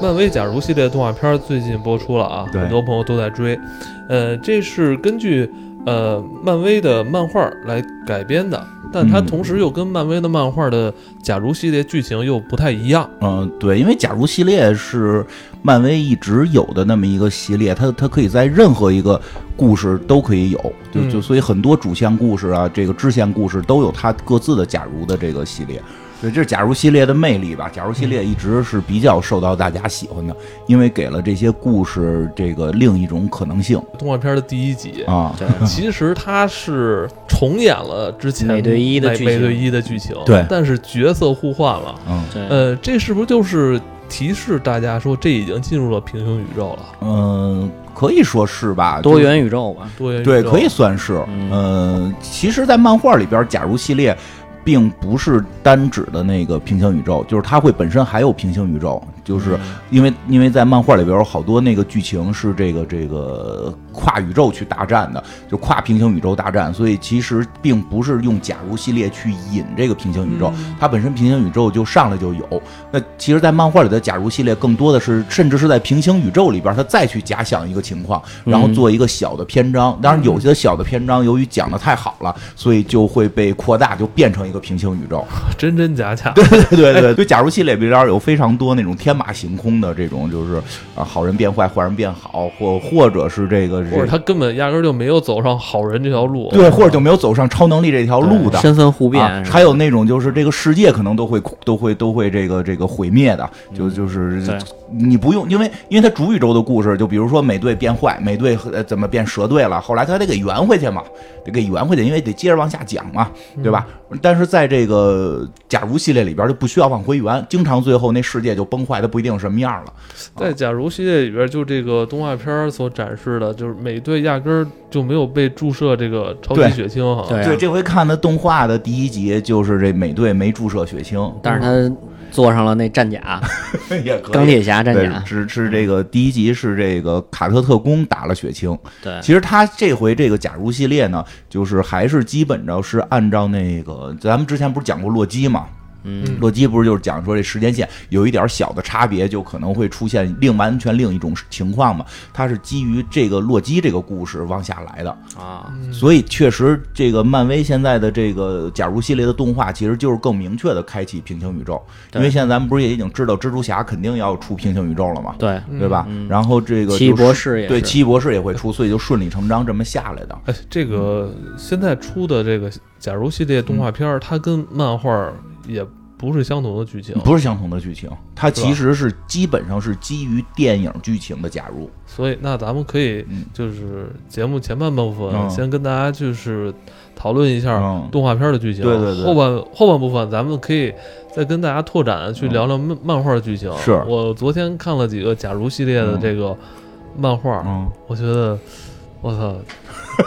漫威假如系列动画片最近播出了啊，对很多朋友都在追。呃，这是根据呃漫威的漫画来改编的，但它嗯同时又跟漫威的漫画的假如系列剧情又不太一样。嗯，对，因为假如系列是漫威一直有的那么一个系列，它它可以在任何一个故事都可以有，就就嗯所以很多主线故事啊，这个支线故事都有它各自的假如的这个系列。所以这是假如系列的魅力吧。假如系列一直是比较受到大家喜欢的，因为给了这些故事这个另一种可能性动画片的第一集，啊。对，其实它是重演了之前美队一的美剧美情队一的剧情，对但是角色互换了。嗯对，呃，这是不是就是提示大家说这已经进入了平行宇宙了？嗯，可以说是吧，多元。元宇宙吧，多元宇宙对，可以算是。嗯呃，其实，在漫画里边，假如系列并不是单指的那个平行宇宙，就是它会本身还有平行宇宙，就是因为因为在漫画里边有好多那个剧情是这个这个跨宇宙去大战的，就跨平行宇宙大战，所以其实并不是用假如系列去引这个平行宇宙，它本身平行宇宙就上来就有。那其实，在漫画里的假如系列更多的是，甚至是在平行宇宙里边，它再去假想一个情况，然后做一个小的篇章。当然，有些小的篇章由于讲的太好了，所以就会被扩大，就变成一个平行宇 宙。真真假假。对对对，对，假如系列里边有非常多那种天马行空的这种，就是啊，好人变坏，坏人变好，或或者是这个，或者他根本压根儿就没有走上好人这条路。对，嗯或者就没有走上超能力这条路的。身份互变啊，是吧，还有那种就是这个世界可能都会都会都会这个这个毁灭的，就就是嗯对你不用，因为因为它主宇宙的故事，就比如说美队变坏，美队呃怎么变蛇队了，后来他得给圆回去嘛，得给圆回去，因为得接着往下讲嘛，对吧？嗯但是在这个假如系列里边就不需要往回圆，经常最后那世界就崩坏，它不一定什么样了。在假如系列里边，就这个动画片儿所展示的，就是美队压根儿就没有被注射这个超级对血清哈。对啊对，这回看的动画的第一集就是这美队没注射血清，但是他坐上了那战甲， 也可以钢铁侠战对甲，是是这个第一集是这个卡特特工打了血清。对，其实他这回这个假如系列呢，就是还是基本着是按照那个咱们之前不是讲过洛基嘛。嗯，洛基不是就是讲说这时间线有一点小的差别，就可能会出现另完全另一种情况嘛？它是基于这个洛基这个故事往下来的，啊，所以确实这个漫威现在的这个假如系列的动画，其实就是更明确的开启平行宇宙，因为对现在咱们不是也已经知道蜘蛛侠肯定要出平行宇宙了嘛？对，对吧？然后这个嗯奇异就是博士也对是奇异博士也会出，所以就顺理成章这么下来的。哎，这个现在出的这个假如系列动画片儿，它跟漫画儿也不是相同的剧情，不是相同的剧情，它是吧其实是基本上是基于电影剧情的假如。所以那咱们可以嗯就是节目前半部分嗯先跟大家就是讨论一下嗯动画片的剧情，对对对后半后半部分咱们可以再跟大家拓展去聊聊漫漫画的剧情。嗯是我昨天看了几个假如系列的这个漫画，嗯，我觉得我操，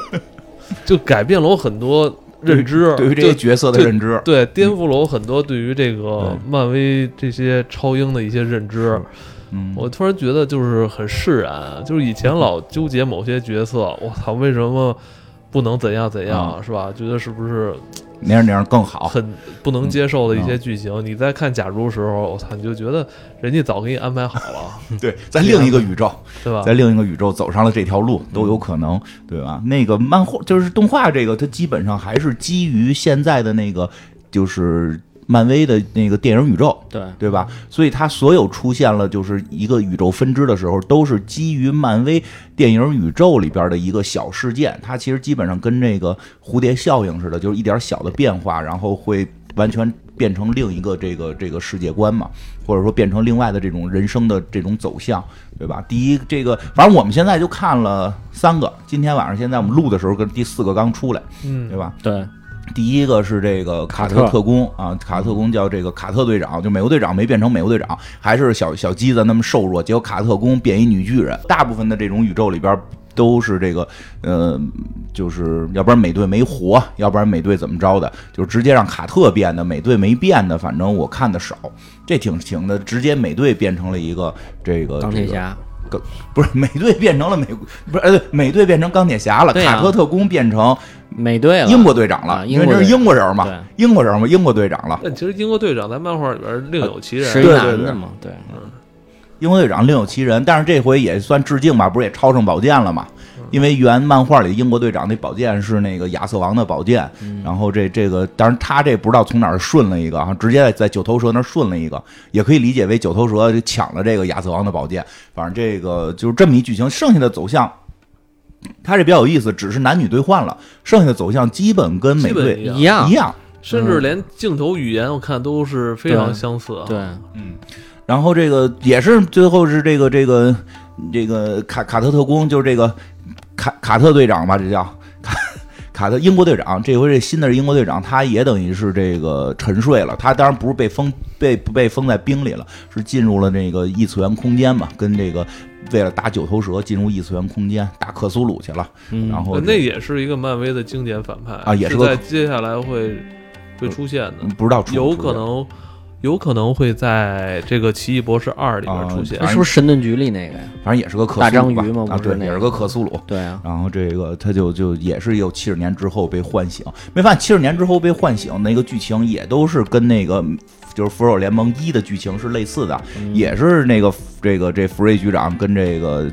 就改变了我很多认知，对于这就些嗯角色的认知，对，颠覆了我很多对于这个漫威这些超英的一些认知。嗯，我突然觉得就是很释然，啊就是以前老纠结某些角色，我操，为什么不能怎样怎样，嗯是吧？觉得是不是那样那样更 好。很不能接受的一嗯些剧情？你在看《假如》时候，我操，你就觉得人家早给你安排好 了，对，在另一个宇宙，对啊吧？在另一个宇宙走上了这条路都有可能，对吧？那个漫画就是动画，这个它基本上还是基于现在的那个就是漫威的那个电影宇宙，对，对吧？所以它所有出现了就是一个宇宙分支的时候，都是基于漫威电影宇宙里边的一个小事件。它其实基本上跟这个蝴蝶效应似的，就是一点小的变化，然后会完全变成另一个这个这个世界观嘛，或者说变成另外的这种人生的这种走向，对吧？第一，这个反正我们现在就看了三个，今天晚上现在我们录的时候跟第四个刚出来，嗯对吧？对，第一个是这个卡特卡特嗯特工啊，卡特特工叫这个卡特队长，就美国队长没变成美国队长，还是小小鸡子那么瘦弱，结果卡特特工变一女巨人。大部分的这种宇宙里边都是这个，呃，就是要不然美队没活，要不然美队怎么着的，就直接让卡特变的，美队没变的，反正我看的少，这挺行的，直接美队变成了一个这个钢铁这个侠，钢不是美队变成了美不是呃对美队变成钢铁侠了，对啊卡特特工变成美队了，英国队长啊了，因英为国这是队英国人嘛，英国人嘛，英国队长了。呃但其实英国队长在漫画里边另有其人，是一对对男对的嘛，对，英国队长另有其人，但是这回也算致敬吧，不是也抄上宝剑了嘛？因为原漫画里英国队长那宝剑是那个亚瑟王的宝剑，然后这这个，当然他这不知道从哪儿顺了一个啊，直接在九头蛇那儿顺了一个，也可以理解为九头蛇就抢了这个亚瑟王的宝剑。反正这个就是这么一剧情，剩下的走向。他这比较有意思，只是男女兑换了，剩下的走向基本跟美基本队一样一样一，样。甚嗯至连镜头语言我看都是非常对相似啊。对，然后这个也是最后是这个这个这个卡卡特特工，就是这个卡卡特队长吧，这叫 卡卡特英国队长。这回这新的英国队长，他也等于是这个沉睡了。他当然不是被封被被封在冰里了，是进入了那个异次元空间嘛，跟这个为了打九头蛇进入异次元空间打克苏鲁去了。嗯然后呃这那也是一个漫威的经典反派啊也是是个嗯在接下来会会出现的，不知道出有不出可能有可能会在这个《奇异博士二》里啊面出现那。是不是神盾局里那个呀？反正也是个克苏鲁大章鱼吧嘛啊，不是对，那也是个个克苏鲁。对啊，然后这个他就就也是有七十年之后被唤醒，没发现七十年之后被唤醒那个剧情也都是跟那个就是《复仇者联盟一》的剧情是类似的，嗯也是那个这个这福瑞局长跟这个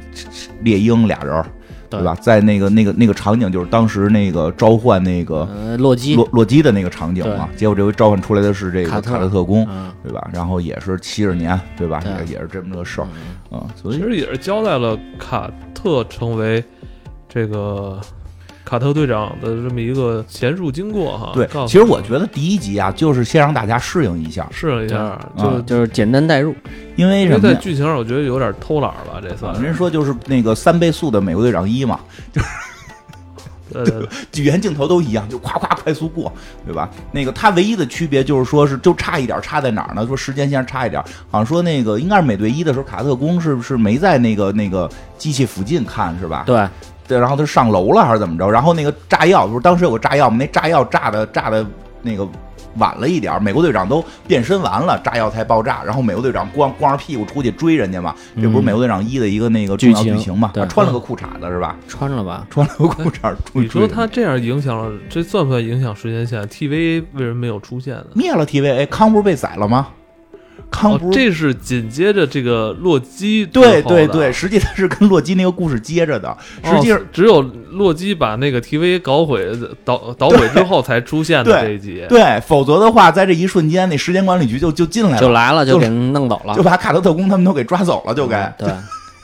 猎鹰俩人儿，对吧？在那个那个那个场景就是当时那个召唤那个呃，洛基，洛洛基的那个场景嘛，结果这回召唤出来的是这个卡卡特特特工，嗯，对吧？然后也是七十年，对吧？对也也是这么个事儿啊，所其以实也是交代了卡特成为这个卡特队长的这么一个前述经过哈。对，告诉其实我觉得第一集啊，就是先让大家适应一下。适应一下，对就啊就是简单代入，因为因什为么在呀？剧情上我觉得有点偷懒了，这算啊是。人说就是那个三倍速的美国队长一嘛，对对对 语言镜头都一样，就夸夸快速过，对吧？那个它唯一的区别就是说是就差一点，差在哪儿呢？说时间线上差一点，好像说那个应该是美队一的时候，卡特工是是没在那个那个机器附近看是吧？对，对，然后他上楼了还是怎么着？然后那个炸药不是当时有个炸药吗？那炸药炸的炸的那个晚了一点儿，美国队长都变身完了，炸药才爆炸。然后美国队长光光着屁股出去追人家嘛，这不是嗯美国队长一的一个那个重要剧剧情情嘛？对嗯啊穿了个裤衩子是吧？穿了吧，穿了个裤衩出去你追说人。他这样影响了，这算不算影响时间线？TV 为什么没有出现呢？灭了 TVA，康不哎是被宰了吗？康哦不，是、这是紧接着这个洛基之对后对的对，，实际他是跟洛基那个故事接着的，哦实际上。只有洛基把那个 TV 搞毁捣捣毁之后才出现的这一集。对，否则的话，在这一瞬间，那时间管理局就就进来了，就就来了，就就给弄走了，把卡特特工他们都给抓走了，就给。 嗯对，啊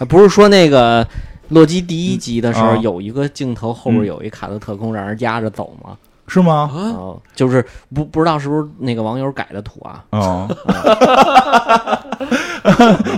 不是说那个洛基第一集的时候嗯啊有一个镜头后边嗯有一卡特特工让人压着走吗？是吗？啊，哦，就是不不知道是不是那个网友改的图啊？哦，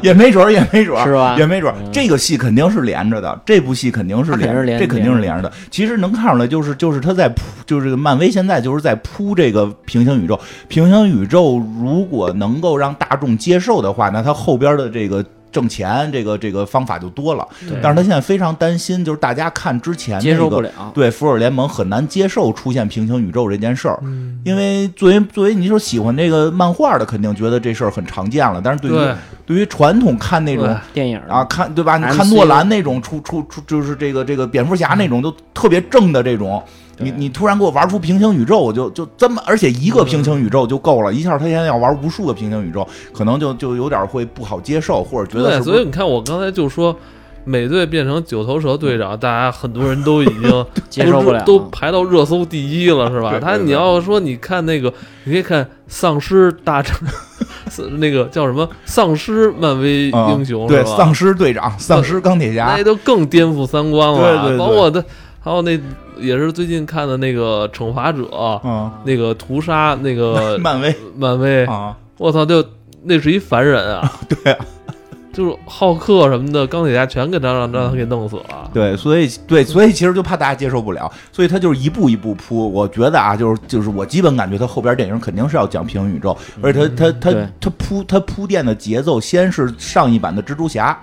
也没准儿，也没准儿，是吧嗯啊也没准儿，这个戏肯定是连着的，这部戏肯定是连，它肯定是连这肯定是连着的。其实能看出来，就是就是他在铺，就是这个漫威现在就是在铺这个平行宇宙。平行宇宙如果能够让大众接受的话，那它后边的这个。挣钱这个这个方法就多了，对但是他现在非常担心，就是大家看之啊前、那个、接受不了对《复仇者联盟》很难接受出现平行宇宙这件事儿，嗯因为作为作为你说喜欢这个漫画的，肯定觉得这事儿很常见了。但是对于对对于传统看那种对电影啊，，看对吧？你 MCU 看诺兰那种出出出，就是这个这个蝙蝠侠那种，就特别正的这种。嗯你你突然给我玩出平行宇宙，我就就这么，而且一个平行宇宙就够了。一下他现在要玩无数个平行宇宙，可能就就有点会不好接受，或者觉得对，是不所以是你看，我刚才就说。美队变成九头蛇队长，大家很多人都已经 接受不了都都排到热搜第一了，是吧？对对他对你要说你看那个，你可以看《丧尸大战》 是，那个叫什么《丧尸漫威啊英雄》对是吧？丧尸队长、丧尸钢铁侠那，都更颠覆三观了。对对对包括的，还有那也是最近看的那个《惩罚者》嗯，那个屠杀那 个漫威漫威，啊，我操，就那是一凡人啊！ 对啊。就是浩克什么的，钢铁侠全给他让让他给弄死了。对，所以对，所以其实就怕大家接受不了，所以他就是一步一步铺。我觉得啊，就是就是我基本感觉他后边电影肯定是要讲平行宇宙，而且他他他对他铺他铺垫的节奏，先是上一版的蜘蛛侠，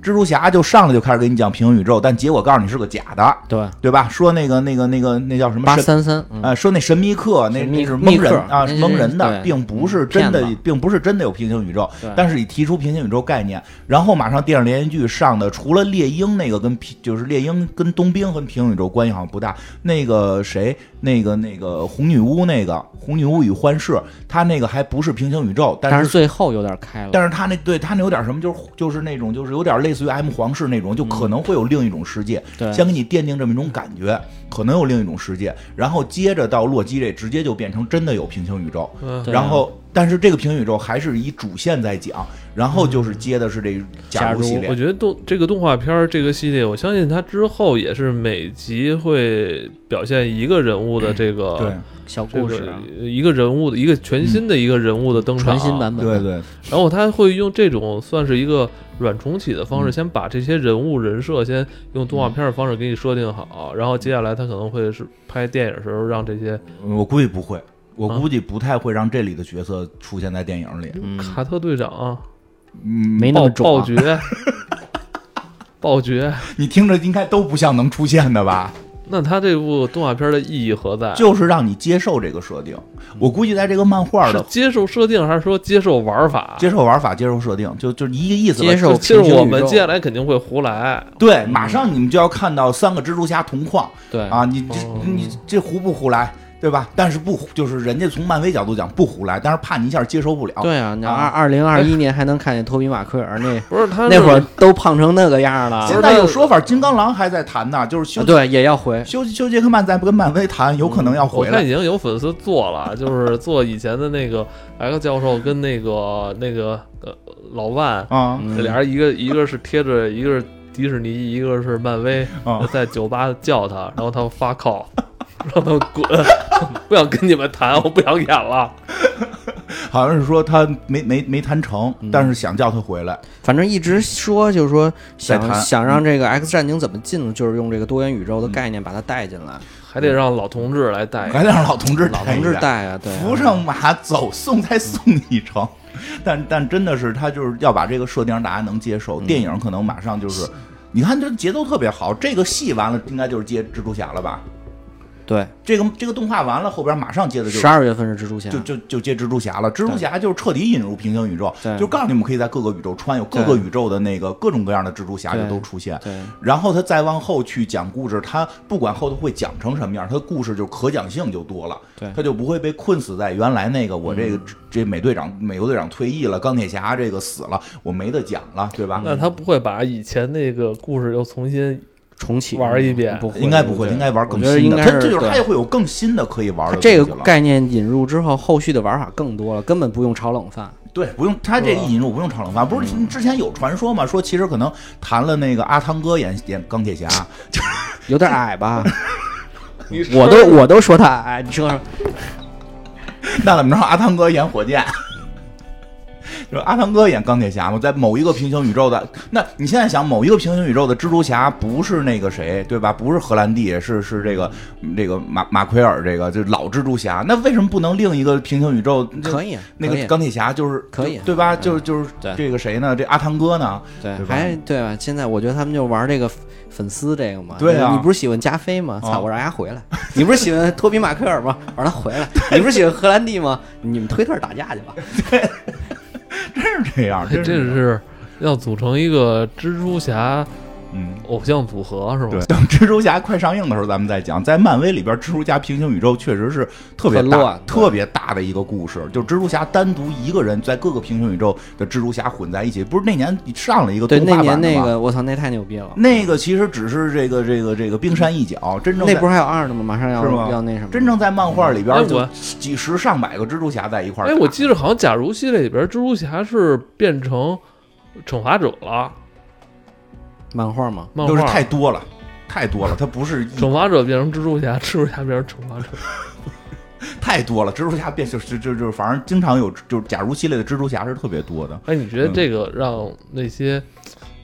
蜘蛛侠就上来就开始给你讲平行宇宙，但结果告诉你是个假的，对，对吧？说那个那个那个那叫什么八神？三三，嗯啊，说那神秘客，那神秘那是蒙人密克啊，那是蒙人的，对嗯并不是真的骗子，并不是真的有平行宇宙对，但是你提出平行宇宙概念，然后马上电视连续剧上的，除了猎鹰那个跟平，就是猎鹰跟冬兵和平行宇宙关系好像不大，那个谁，那个那个红女巫那个红女巫与幻视，它那个还不是平行宇宙，但但是是最后有点开了。但是他那对他那有点什么，就是就是那种就是有点类似于 M 皇室那种，就可能会有另一种世界，对先给你奠定这么一种感觉，可能有另一种世界，然后接着到洛基这直接就变成真的有平行宇宙，嗯对然后但是这个平行宇宙还是以主线在讲，然后就是接的是这假如系我列，觉得动这个动画片儿这个系列，我相信它之后也是每集会表现一个人物的这个、对小这故事个啊，一个人物的一个全新的一个人物的登场，啊全新版本对对然后他会用这种算是一个软重启的嗯方式，先把这些人物人设先用动画片的方式给你设定嗯好，然后接下来他可能会是拍电影的时候让这些嗯我估计不会。我啊估计不太会让这里的角色出现在电影里，嗯卡特队长啊、嗯，没那暴么重暴啊。爵、 暴爵，你听着应该都不像能出现的吧？嗯那他这部动画片的意义何在？就是让你接受这个设定。我估计在这个漫画是的接受设定还是说接受玩法？接受玩法、接受设定，就就一个意思吧。接受其实平行宇宙我们接下来肯定会胡来，对，马上你们就要看到三个蜘蛛侠同框对，啊！你这哦你这胡不胡来，对吧？但是不胡就是人家从漫威角度讲不胡来，但是怕你一下接受不了。对啊，你啊二二零二一年还能看见托比马奎尔那不是哎他那是会儿都胖成那个样了，现在有说法，金刚狼还在谈呢，就是休啊对也要回。休休杰克曼在跟漫威谈，有可能要我回看来。已经有粉丝做了，就是做以前的那个 X 教授跟那个那个呃老万，啊嗯这俩人一个一个是贴着，一个是迪士尼，一个是漫威，啊！在酒吧叫他，然后他发 call，让他滚， 不想跟你们谈，我不想演了。好像是说他没没没谈成，嗯但是想叫他回来。反正一直说就是说再想谈想让这个 X 战警怎么进，就是用这个多元宇宙的概念把它带进来，还得让老同志来带，还得让老同志老哎同志带啊，对啊，扶上马走，送才送你一程。 但但真的是，他就是要把这个设定让大家能接嗯受。电影可能马上就是，你看这节奏特别好，这个戏完了应该就是接蜘蛛侠了吧？对，这个这个动画完了，后边马上接的就是十二月份是蜘蛛侠就，就就接蜘蛛侠了。蜘蛛侠就是彻底引入平行宇宙，对就告诉你们可以在各个宇宙穿，有各个对宇宙的那个各种各样的蜘蛛侠就对都出现。对，然后他再往后去讲故事，他不管后头会讲成什么样，他故事就可讲性就多了，对嗯他就不会被困死在原来那个我这个、这美队长、美国队长退役了，钢铁侠这个死了，我没得讲了，对吧？那他不会把以前那个故事又重新重启玩一遍不会，嗯应该不会，应该玩更新我觉的，得应该他是这就是对他也会有更新的可以玩的东西这了。个概念引入之后，后续的玩法更多了，根本不用炒冷 饭。对，不用他这一引入不用炒冷饭，不嗯是之前有传说嘛，说其实可能谈了那个阿汤哥演演钢铁侠，有点矮吧？你我都我都说他矮，你说那怎么着？阿汤哥演火箭，就是阿汤哥演钢铁侠嘛，在某一个平行宇宙的。那你现在想，某一个平行宇宙的蜘蛛侠不是那个谁，对吧？不是荷兰弟，是是这个这个马马奎尔，这个就是老蜘蛛侠。那为什么不能另一个平行宇宙可以啊，那可以个啊钢铁侠就是可以嗯就对吧？就是就是对这个谁呢？这阿汤哥呢？对对，吧还对吧？现在我觉得他们就玩这个粉丝这个嘛。对啊你不是喜欢加菲吗？啊操，我让他回来。你不是喜欢托比马奎尔吗？我让他回来。你不是喜欢荷兰弟吗？你们推特打 架去吧。真 是这 样，真这是要组成一个蜘蛛侠嗯。偶像组合是对吗，？等蜘蛛侠快上映的时候，咱们再讲。在漫威里边，蜘蛛侠平行宇宙确实是特别很大乱、对特别大的一个故事。就蜘蛛侠单独一个人在各个平行宇宙的蜘蛛侠混在一起，不是那年上了一个对，动那画年版的那吗？个我操，那太牛逼了。那个其实只是这个这个这个冰山一角，真正那在不是还有二呢吗？马上要是吗要那什么？真正在漫画里哎边我就几十上百个蜘蛛侠在一块儿打。哎，我记得好像假如系列里边蜘蛛侠是变成惩罚者了，漫画吗？漫画都是太多了，太多了，它不是一惩罚者变成蜘蛛侠，蜘蛛侠变成惩罚者。太多了。蜘蛛侠变就是就就反正经常有就是假如系列的蜘蛛侠是特别多的。哎，你觉得嗯这个让那些，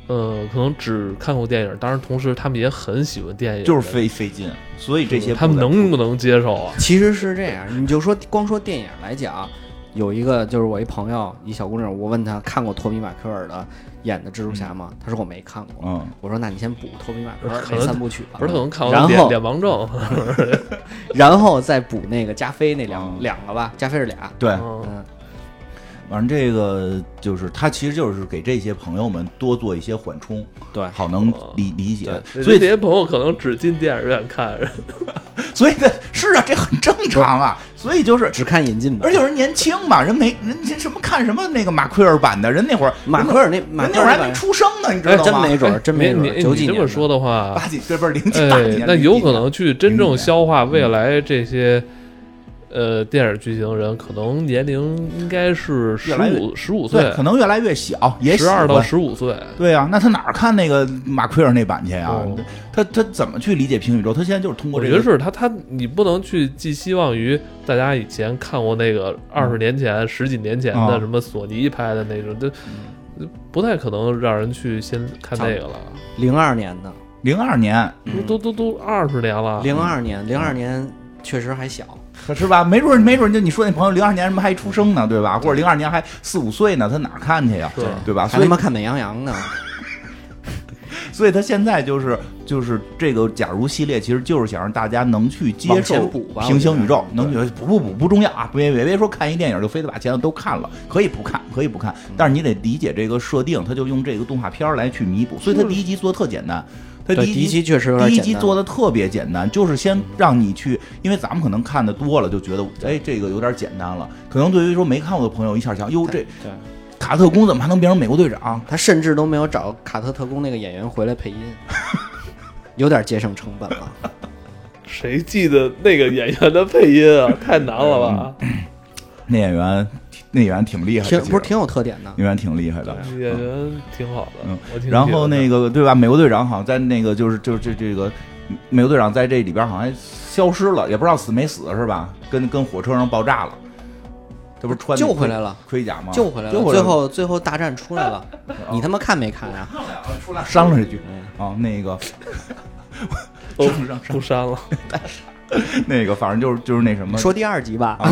呃，可能只看过电影，当然同时他们也很喜欢电影，就是费费劲，所以这些嗯他们不得能不能接受啊？其实是这样，你就说光说电影来讲，有一个就是我一朋友，一小姑娘，我问她看过托比马奎尔的演的蜘蛛侠吗？她说我没看过。嗯，我说那你先补托比马奎尔可那能三部曲吧不是，可能看完然脸后脸盲 症，然后再补那个加菲那两嗯两个吧，加菲是俩。对，嗯嗯，反正这个就是他其实就是给这些朋友们多做一些缓冲，对好能理理解嗯对，。所这以些朋友可能只进电影院看，所以呢，是啊，这很正常啊。所以就是，只看引进的，而且人年轻嘛，人没人家什么看什么那个马奎尔版的，人那会儿马人奎尔那那马人奎那会尔儿还那版没出生呢，你知哎道吗？真没准儿，真没你准儿，你九你几这年么说的，的话，八几对不是零 几八几哎年，，那有可零能去真正消化未来这些。呃，电影剧情人可能年龄应该是十越来越五十五几年岁对，可，能越来越小，也十二到喜欢十五岁，对啊，那他哪儿看那个马奎尔那版去啊哦？他他怎么去理解平宇宙？他现在就是通过我这觉得个是他他你不能去寄希望于大家以前看过那个二十年前、十几年前啊的什么索尼拍的那种，这不太可能让人去先看那个了，零二年的，零二年，都都都二十年了，零二年，零二年确实还小，可是吧？没准儿没准儿就你说那朋友零二年什么还出生呢，对吧？或者零二年还四五岁呢，他哪儿看去呀？是对吧？还所他以妈看美羊羊呢，所以他现在就是就是这个假如系列，其实就是想让大家能去接往前受补吧平行宇宙我觉，得能觉得不不不不重要啊！别别别说看一电影就非得把前头都看了，可以不看，可以不看，嗯但是你得理解这个设定，他就用这个动画片儿来去弥补。所以他第一集做的特简单，他对，第第一集确实有点第一简集单嗯做的特别简单，就是先让你去，因为咱们可能看的多了，就觉得哎这个有点简单了。可能对于说没看过的朋友，一下想哟这对。卡特工怎么还能变成美国队长？他甚至都没有找卡特特工那个演员回来配音， 有点节省成本了。谁记得那个演员的配音 啊？太难了吧！那演员那演员挺厉害的，挺其实不是挺 有特点嗯的，演员挺厉害的。演员挺好的，嗯我挺喜欢然后那的个对吧？美国队长好像在那个就是就是这这个美国队长在这里边好像还消失了，也不知道死没死是吧？跟跟火车上爆炸了，这不是穿那救回来了，盔甲吗？救回来了。哦救最后最后大战出来了，你他妈看没看啊？出来商量一句嗯啊，那个都不删 了，那个反正就是就是那什么。说第二集吧，啊，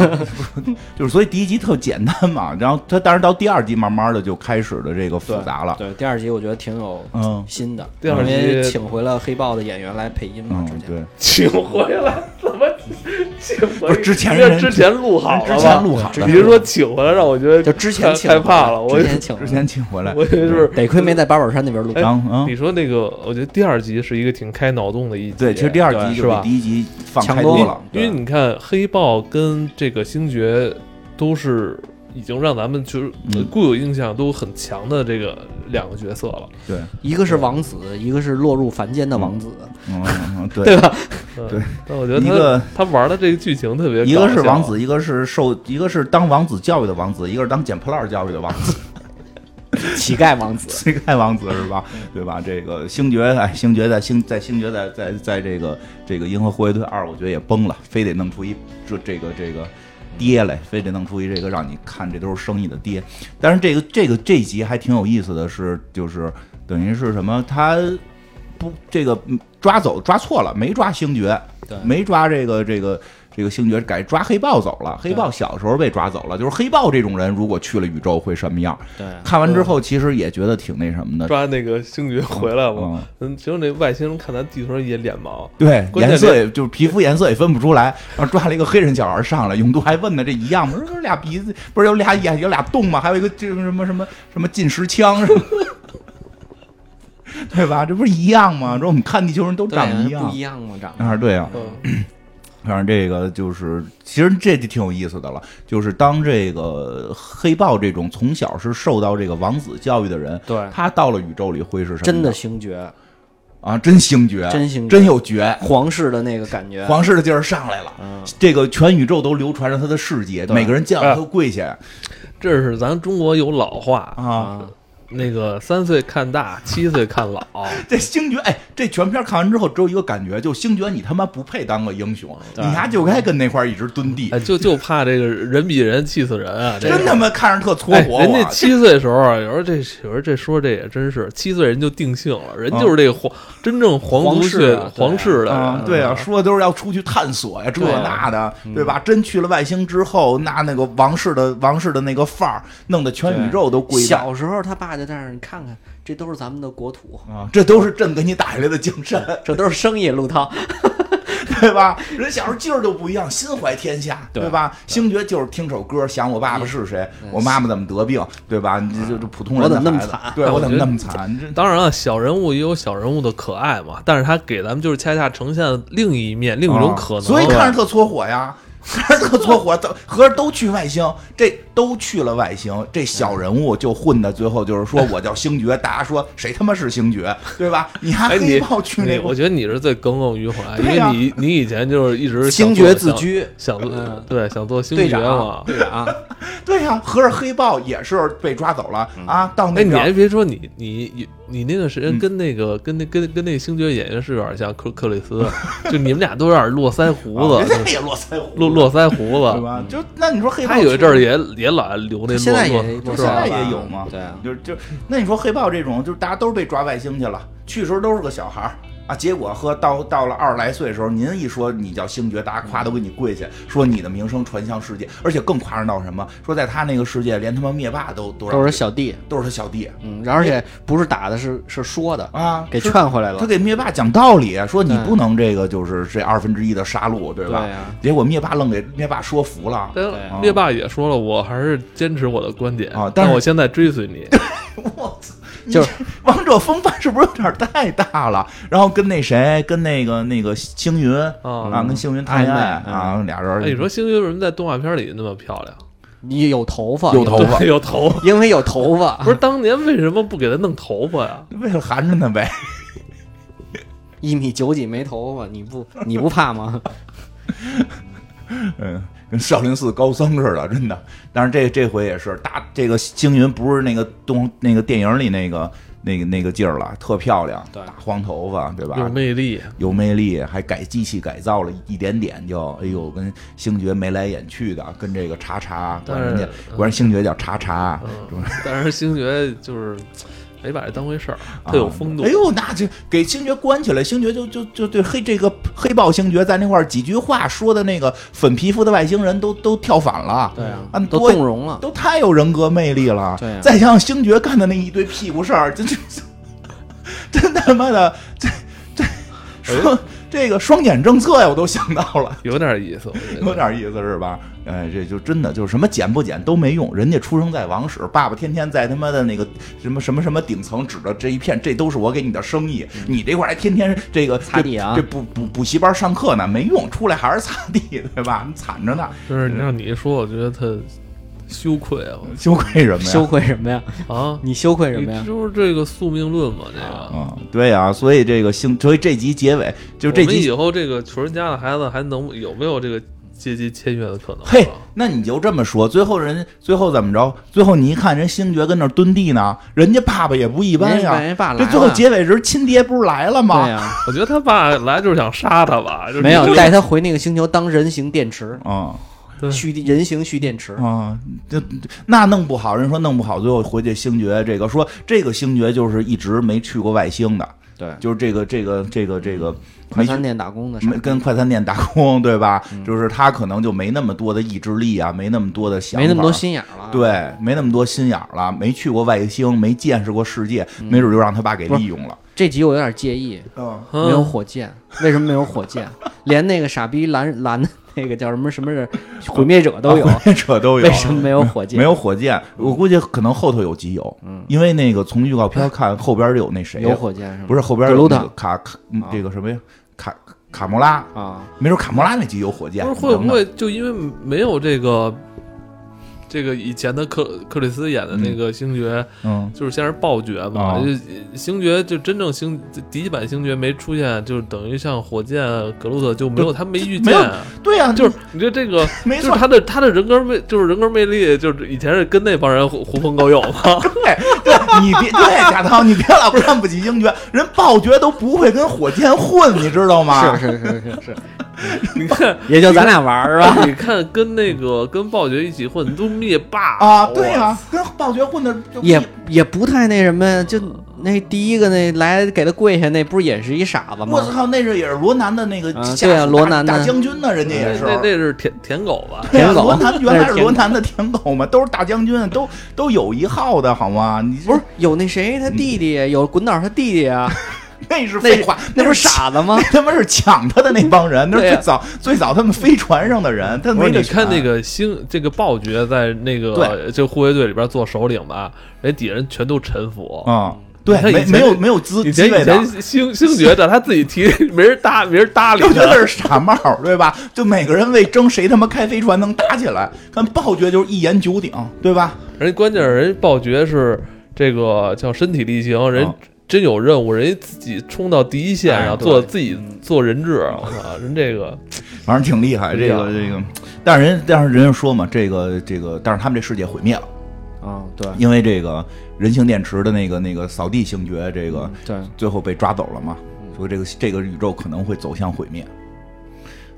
就是所以第一集特简单嘛，然后他但是到第二集慢慢的就开始的这个复杂了，对，第二集我觉得挺有嗯新的，第二集因为请回了黑豹的演员来配音嘛，之嗯前对，请回来怎么请回不来？是之前人家人之前录好了吧？之前录好的你，是说请回来让我觉得就之前太请害怕了，我之前请之前请回来，我以为是得亏没在八宝山那边录，啊哎然后嗯你说那个，我觉得第二集是一个挺开脑洞的一集，对，其实第二集对就是比吧？第一集放强开多多了了，因为你看黑豹跟这个星爵都是已经让咱们就是嗯固有印象都很强的这个两个角色了，嗯对，一个是王子，一个是落入凡间的王子，嗯嗯嗯对，嗯对。但我觉得一个他他玩的这个剧情特别，一个是王，子，一个是受，一个是当王子教育的王子，一个是当捡破烂儿教育的王子，乞丐 王子。乞丐王子是吧？对吧？这个星爵，哎，星爵在星在星爵在在在这个这个银河护卫队二，我觉得也崩了，非得弄出一这这个这个爹来，非得弄出一这个让你看这都是生意的爹。但是这个这个这集还挺有意思的是，就是等于是什么？他不这个嗯抓走抓错了，没抓星爵，对没抓这个这个这个星爵，改抓黑豹走了。黑豹小时候被抓走了，就是黑豹这种人，如果去了宇宙会什么样？ 对，看完之后，其实也觉得挺那什么的。抓那个星爵回来嘛嗯，嗯，其实那外星人看咱地球人也脸盲，对，关键颜色也就是皮肤颜色也分不出来，然后抓了一个黑人小孩上来，永度还问呢，这一样吗？说这俩鼻子不是有俩眼有俩洞吗？还有一个这什么什么什么进食腔什么， 对吧？这不是一样吗？说我们看地球人都对啊长得一样不，一样嘛，长得那是对啊。嗯， 反正这个就是，其实这就挺有意思的了。就是当这个黑豹这种从小是受到这个王子教育的人，对他到了宇宙里会是什么样？真的星爵，啊，真星爵，真星爵真有爵，皇室的那个感觉，皇室的劲儿上来了。嗯这个全宇宙都流传着他的事迹，每个人嗯见到他都跪下这是咱中国有老话，啊。啊，那个三岁看大，七岁看 老，这星爵，哎，这全片看完之后只有一个感觉，就星爵你他妈不配当个英雄，你对丫就该跟那块儿一直蹲地哎，，就就怕这个人比人气死人啊，这个真他妈看着特搓哎，火人家我。七岁时候啊，有时候这有时候这说这也真是，七岁人就定性了，人就是这个皇、真正皇皇族室血啊对皇室的嗯人、嗯啊，对嗯啊，说的都是要出去探索呀，这对啊那的，对吧？真去了外星之后，那那个王室的王室的那个范儿，弄得全宇宙都跪拜小时候他爸就在那儿，你看看，这都是咱们的国土， 啊！这都是朕给你打下来的江山，这都是生意，陆涛。 对吧？人小时候劲儿就不一样，心怀天下，对对吧？星爵就是听首歌，想我爸爸是谁，嗯我妈妈怎么得病，对吧？你这这这普通人的我怎么那么孩子惨对哎嗯我我怎么觉那得么惨？你这当然了，啊小人物也有小人物的可爱嘛，但是他给咱们就是恰恰呈现另一面，另一种可能。啊啊所以看着特搓火呀， 看着特搓火，都合着都去外星，这都去了外星，这嗯小人物就混的最后就是说我叫星爵，大家说谁他妈是星爵，对吧？你还哎，黑你豹去你那我个，觉得你是最耿耿于怀，因对啊为呀你你以前就是一直星想爵做自，居，想想做嗯对想做星队爵长嘛。队长，对呀、合着黑豹也是被抓走了啊，到哎，那你还边。别说，你你你你那个谁嗯跟那个、跟那跟跟那个星爵演员是有点像克克里斯， 就你们俩都有点络腮 胡人子，家啊也络腮胡，络络腮胡对子。吧？就那你说黑豹他有一阵儿也也老爱留那现在络也络，就是现在吧？也有嘛，对啊就是就那你说黑豹这种，就是大家都是被抓外星去了，去的时候都是个小孩儿啊，结果和到到了二十来岁的时候，您一说你叫星爵，大家夸都给你跪下，说你的名声传向世界，而且更夸张到什么？说在他那个世界，连他妈灭霸都都让都是小弟，都是他小弟嗯，而且不是打的是是说的，啊，给是劝回来他了，给灭霸讲道理，啊说你对不能这个就是这二分之一的杀戮，对对吧？呀，结果灭霸愣给灭霸说服了，但对哦灭霸也说了，我还是坚持我的观点哎啊但是我现在追随嗯你，我操！就是你这 王者风范是不是有点太大了？然后跟那谁，跟那个那个星云啊啊，跟星云谈恋爱啊，俩人哎，你说星爵为什么在动画片里那么漂亮？你有头发，有头发对，有头发。因为有头发，不是当年为什么不给他弄头发呀？为了含着呢呗，一米九几没头发，你不你不怕吗？嗯，跟少林寺高僧似的，真的。但是这这回也是大，这个星云不是那个动那个电影里那个那个那个劲儿了，特漂亮，对大黄头发，对吧？有魅力，有魅力，还改机器改造了一点点，就哎呦，跟星爵眉来眼去的，跟这个查查管人家但是管人星爵叫查查，嗯，但是星爵就是没把这当回事儿，啊特有风度。哎呦，那就给星爵关起来，星爵就就就对黑这个黑豹星爵在那块儿几句话说的那个粉皮肤的外星人都都跳反了，对啊按，都多动容了，都太有人格魅力了。对啊再加上星爵干的那一堆屁股事儿，真真 真他妈的，这哎这双这个双减政策呀，我都想到了。有点意思，我觉得有点意思是吧？哎，这就真的就是什么捡不捡都没用，人家出生在王室，爸爸天天在他妈的那个什么什么什么顶层指着这一片，这都是我给你的生意，你这块儿还天天这个嗯擦地啊这这补补补习班上课呢，没用，出来还是擦地，对吧？你惨着呢，真是你让你一说，我觉得他羞愧啊羞愧什么呀？羞愧什么呀？啊！你羞愧什么你呀？就是这个宿命论嘛，这个。啊、对呀、所以这个星，所以这集结尾就这我们以集，后这个穷人家的孩子还能有没有这个阶级签约的可能啊？嘿，那你就这么说，最后人最后怎么着？最后你一看人星爵跟那儿蹲地呢，人家爸爸也不一般人家呀，把人爸啊来这最后了结尾时亲爹不是来了吗？对呀， 我觉得他爸来就是想杀他吧，就是没这有个带他回那个星球当人形电池，啊对蓄地人形蓄电池，啊，这那弄不好，人说弄不好，最后回去星爵这个说这个星爵就是一直没去过外星的，对，嗯就是这个这个这个这个快没餐去店打工的，嗯没跟快餐店打工，对吧？就是他可能就没那么多的意志力啊，没那么多的想法，没那么多心眼儿了，，对，没那么多心眼儿了，没去过外星，没见识过世界，嗯没准就让他爸给不是利用了。这集我有点介意，嗯，嗯没有火箭，为什么没有火箭？连那个傻逼蓝蓝的那个叫什么什么人，毁灭 者都有，这都啊有嗯为。什么没有火箭？没有火箭，我估计可能后头有集有，因为那个从预告片看后边有那谁，嗯有火箭是吗？不是是后边有那格个鲁卡卡嗯啊这个什么呀？卡卡莫拉，啊，没准卡莫拉那集有火箭，不是会等不等会就因为没有这个这个以前的克克里斯演的那个星爵，嗯就是先是暴爵嘛，哦就星爵就真正星第一版星爵没出现，就是等于像火箭格鲁特就没有他没遇没见有，对呀，就是你觉得这个没就是错他的他的人格魅就是人格魅力，就是以前是跟那帮人狐狐朋狗友 嘛，对对，你别对贾涛，你别老看不起星爵，人暴爵都不会跟火箭混，你知道吗？是是是是是，你 看。 也就咱俩玩儿是吧？你看，跟那个跟暴爵一起混都灭霸啊，对呀，跟暴爵混的就也也不太那什么呀，就那第一个那来给他跪下那不是也是一傻子我吗？操，那是也是罗南的那个啊下对啊属罗大南大的嗯将军呢，人家也是。那那是舔 舔狗吧？对啊舔狗罗南原那是来是舔罗狗南的舔狗嘛，都是大将军，都都有一号的好吗？你这 不是有那谁他弟弟，有滚导他弟弟啊，那是废话，那那不是是傻子 吗？他们是抢他的那帮人，那是对呀最早最早他们飞船上的人，他啊不没是，得你看那选啊个星，这个暴爵在那个对这护卫队里边做首领吧，人底下人全都臣服。啊，对，你看没以前没有没有资以机前位以的前。星星爵的他自己提，没人搭，没人搭理就觉他。得是傻帽儿，对吧？就每个人为争谁他妈开飞船能打起来，看暴爵就是一言九鼎，对吧？人家关键是人家暴爵是这个叫身体力行，人啊真有任务，人家自己冲到第一线，哎然后对嗯做自己做人质。我操，人这个反正挺厉害，这啊个这个，但是人但是人家说嘛，这个这个，但是他们这世界毁灭了，啊，对因为这个人形电池的那个那个扫地星爵，这个嗯对，嗯最后被抓走了嘛，所以这个这个宇宙可能会走向毁灭，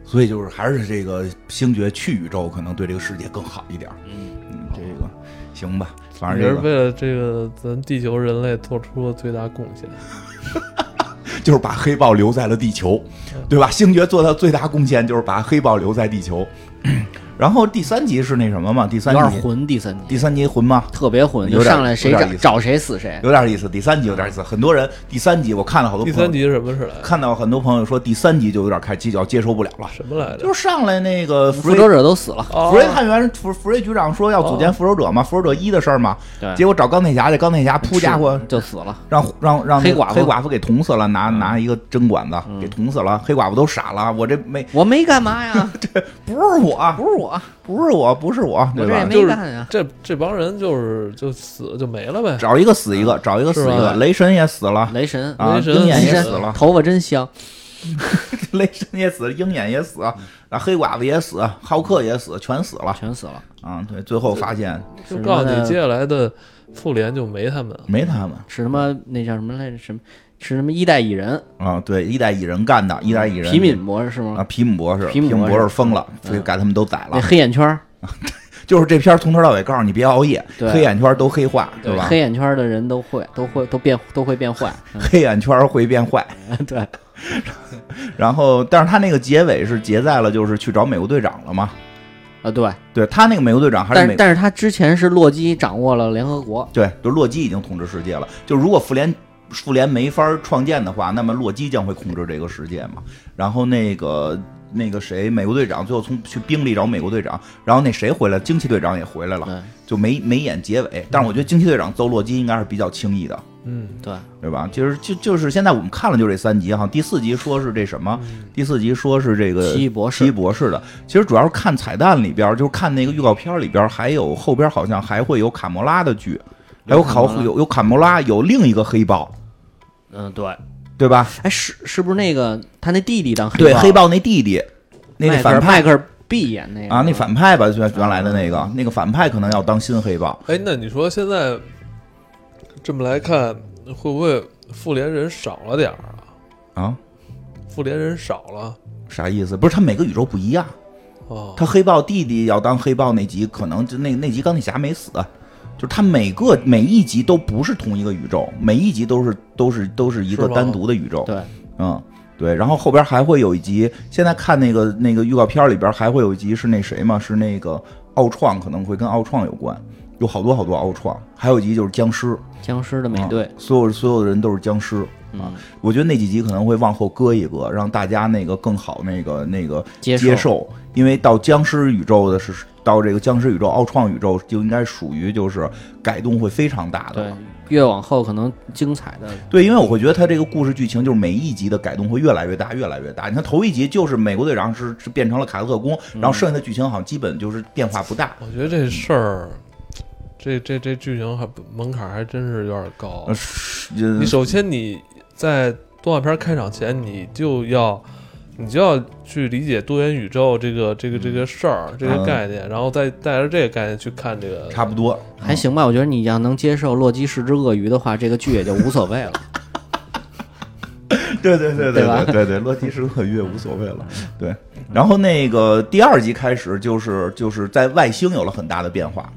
所以就是还是这个星爵去宇宙可能对这个世界更好一点儿，嗯，嗯，这个行吧，反也是正这个为了这个咱地球人类做出了最大贡献。就是把黑豹留在了地球，嗯对吧？星爵做到最大贡献就是把黑豹留在地球。 然后第三集是那什么嘛？第有三点集，混第三集，第三集混吗？特别混，有就点上来谁有找点意思找谁死谁。有点意思，第三集有点意思。很多人第三集我看了好多第朋友，三集是什么是来？看到很多朋友说第三集就有点开犄角，接受不了了。什么来的？就是上来那个福复瑞仇者都死了，哦福瑞探员福福瑞局长说要组建复仇者嘛，复仇者一的事儿嘛，对结果找钢铁侠去，钢铁侠扑家伙是就死了。让让让黑那个寡妇嗯黑寡妇给捅死了，拿拿一个针管子给捅死了，黑寡妇都傻了，我这 没我没干 嘛呀，不是我，不是我，不是我，不是我，我对这也吧？就没是干呀。这这帮人就是就死就没了呗。找一个死一个，找一个死一是个，吧雷神也死了，嗯雷神，啊，雷神鹰眼雷也神死了， 头发真香，雷神也死，鹰眼也死，嗯然后黑寡妇也死，浩克也死，全死了全死了。啊！对，最后发现就是告诉什么你，呢接下来的复联就没他们了。没他们是什么那叫什么来着？什么是什么一代蚁人？啊，对，一代蚁人干的，一代蚁人皮敏博士是啊，吗？皮姆博士，皮皮姆博士嗯士疯了，所以给他们都宰那了。黑眼圈儿，就是这片儿从头到尾告诉你别熬夜，对黑眼圈都黑化，对吧？黑眼圈儿的人都会都会都变都会变 坏。黑眼圈会变坏。嗯，对，然后，但是他那个结尾是结在了，就是去找美国队长了嘛。啊对，对他那个美国队长还是但美但是他之前是洛基掌握了联合国，对，就洛基已经统治世界了。就如果复联复联没法创建的话，那么洛基将会控制这个世界嘛。然后那个那个谁，美国队长最后从去冰里找美国队长，然后那谁回来，惊奇队长也回来了，对就没没演结尾。但是我觉得惊奇队长揍洛基应该是比较轻易的，嗯，对，对吧？就是就就是现在我们看了就这三集，好像第四集说是这什么？第四集说是这个奇异博士呃奇异博士的。其实主要是看彩蛋里边儿，就是看那个预告片里边儿，还有后边好像还会有卡魔拉的剧，还有考卡魔拉有有卡魔拉，有另一个黑豹，嗯对。对吧？哎，是是不是那个他那弟弟当黑对，豹？黑豹那弟弟，那迈个克尔反迈派克尔 B 演那个啊，那反派吧，原原来的那个那个反派可能要当新黑豹。哎，那你说现在这么来看，会不会复联人少了点儿啊？啊，复联人少了啥意思？不是，他每个宇宙不一样。哦，他黑豹弟弟要当黑豹那集，可能就那那集钢铁侠没死，就是他每个每一集都不是同一个宇宙，每一集都是都是都是一个是吗单独的宇宙。对，嗯，对。然后后边还会有一集，现在看那个那个预告片里边还会有一集是那谁嘛，是那个奥创，可能会跟奥创有关，有好多好多奥创，还有一集就是僵尸，僵尸的美嗯队，所有所有的人都是僵尸。嗯啊，我觉得那几集可能会往后搁一搁，让大家那个更好那个那个接受接受，因为到僵尸宇宙的是到这个僵尸宇宙、奥创宇宙就应该属于就是改动会非常大的对了。，越往后可能精彩的对，因为我会觉得它这个故事剧情就是每一集的改动会越来越大，越来越大。你看头一集就是美国队长是是变成了卡特工，然嗯后剩下的剧情好像基本就是变化不大。我觉得这事儿，这这这剧情还不门槛还真是有点高呃，。是呃你首先你在动画片开场前，你就要你就要去理解多元宇宙这个这个这个事儿这个嗯概念，然后再带着这个概念去看这个。差不多，还行吧。我觉得你要能接受洛基是只鳄鱼的话，这个剧也就无所谓 了。嗯对对对对吧对对对，洛基是鳄鱼也无所谓了。对，然后那个第二集开始就是就是在外星有了很大的变化，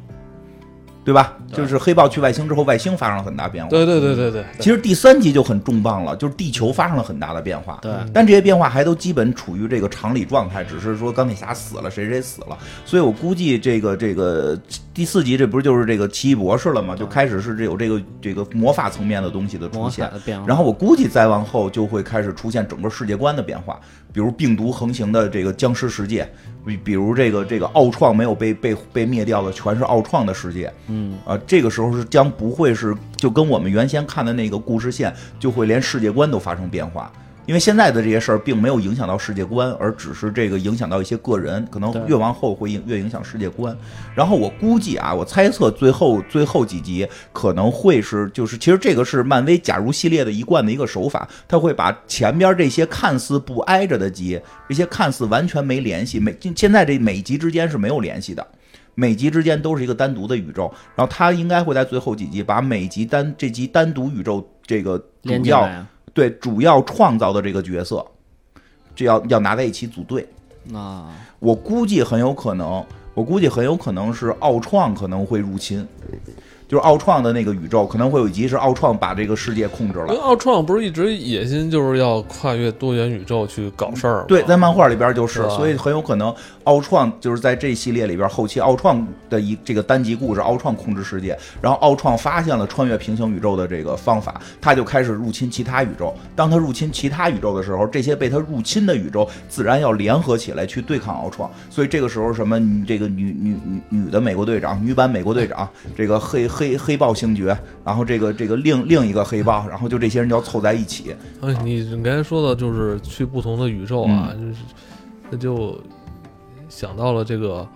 对吧？就是黑豹去外星之后，外星发生了很大变化。对对对对对，其实第三集就很重磅了，就是地球发生了很大的变化。对，但这些变化还都基本处于这个常理状态，只是说钢铁侠死了，谁谁死了。所以我估计这个这个第四集这不是就是这个奇异博士了吗？就开始是有这个这个魔法层面的东西的出魔法现。的变化。然后我估计再往后就会开始出现整个世界观的变化，比如病毒横行的这个僵尸世界，比比如这个这个奥创没有被被被灭掉的全是奥创的世界，嗯，啊，这个时候是将不会是就跟我们原先看的那个故事线，就会连世界观都发生变化。因为现在的这些事儿并没有影响到世界观，而只是这个影响到一些个人，可能对越往后会影越影响世界观。然后我估计啊，我猜测最后最后几集可能会是就是，其实这个是漫威假如系列的一贯的一个手法，他会把前边这些看似不挨着的集，这些看似完全没联系，每现在这每集之间是没有联系的，每集之间都是一个单独的宇宙，然后他应该会在最后几集把每集单这集单独宇宙这个连主接要来对主要创造的这个角色，就要要拿在一起组队。啊，我估计很有可能，我估计很有可能是奥创可能会入侵，就是奥创的那个宇宙可能会有一集是奥创把这个世界控制因为了。奥创不是一直野心就是要跨越多元宇宙去搞事儿吗？对，在漫画里边就是是，吧所以很有可能奥创就是在这系列里边后期奥创的一这个单集故事，奥创控制世界，然后奥创发现了穿越平行宇宙的这个方法，他就开始入侵其他宇宙。当他入侵其他宇宙的时候，这些被他入侵的宇宙自然要联合起来去对抗奥创。所以这个时候，什么女这个女女女女的美国队长，女版美国队长，这个黑黑黑豹星爵，然后这个这个另另一个黑豹，然后就这些人就要凑在一起。哎，你你刚才说的就是去不同的宇宙啊，嗯就是那就想到了这个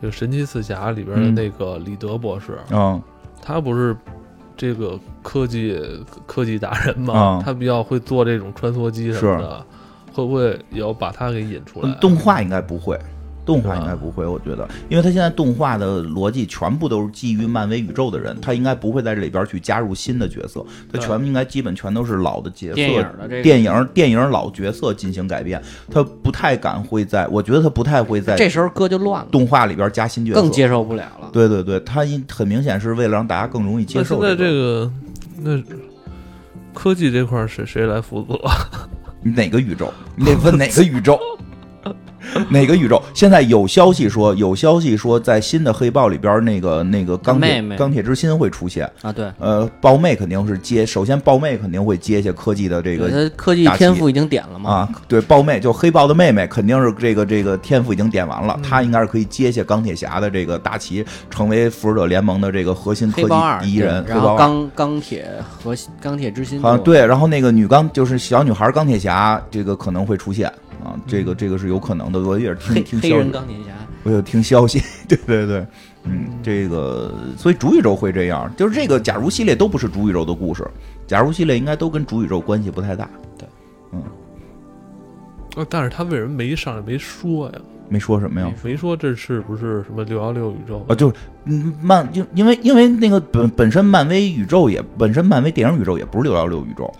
这个神奇四侠里边的嗯那个李德博士，嗯他不是这个科技科技达人嘛，啊他比较会做这种穿梭机什么的，会不会也要把他给引出来？嗯，动画应该不会，动画是吧应该不会，我觉得，因为他现在动画的逻辑全部都是基于漫威宇宙的人，他应该不会在这里边去加入新的角色，他对全部应该基本全都是老的角色，电影的这个电影电影老角色进行改变，他不太敢会在，我觉得他不太会在这时候歌就乱了，动画里边加新角色，更接受不了了。对对对，他因很明显是为了让大家更容易接那现受、在这这个个那科技这块儿谁谁来负 责？哪个宇宙？你得问哪个宇 宙？哪个宇宙？现在有消息说，有消息说，在新的黑豹里边，那个那个钢铁妹妹钢铁之心会出现。啊，对，呃，豹妹肯定是接，首先豹妹肯定会接下科技的这个他科技大旗天赋已经点了嘛，啊，对，豹妹就黑豹的妹妹，肯定是这个这个天赋已经点完嗯了，她应该是可以接下钢铁侠的这个大旗，成为复仇者联盟的这个核心科黑豹二技第一人。对黑然豹后二。钢钢铁和钢铁之心好像就对，然后那个女钢就是小女孩钢铁侠，这个可能会出现啊，这个这个是有可能的，我也是听嗯黑听黑消人息，钢铁侠，我有听消息， 对对对，嗯，这个所以主宇宙会这样，就是这个假如系列都不是主宇宙的故事，假如系列应该都跟主宇宙关系不太大，呃但是他为什么没上来没说呀？没说什么呀嗯没。没说这是不是什么六幺六宇宙？啊，就是嗯，漫因因为因为那个本本身漫威宇宙也本身漫威电影宇宙也不是六幺六宇宙，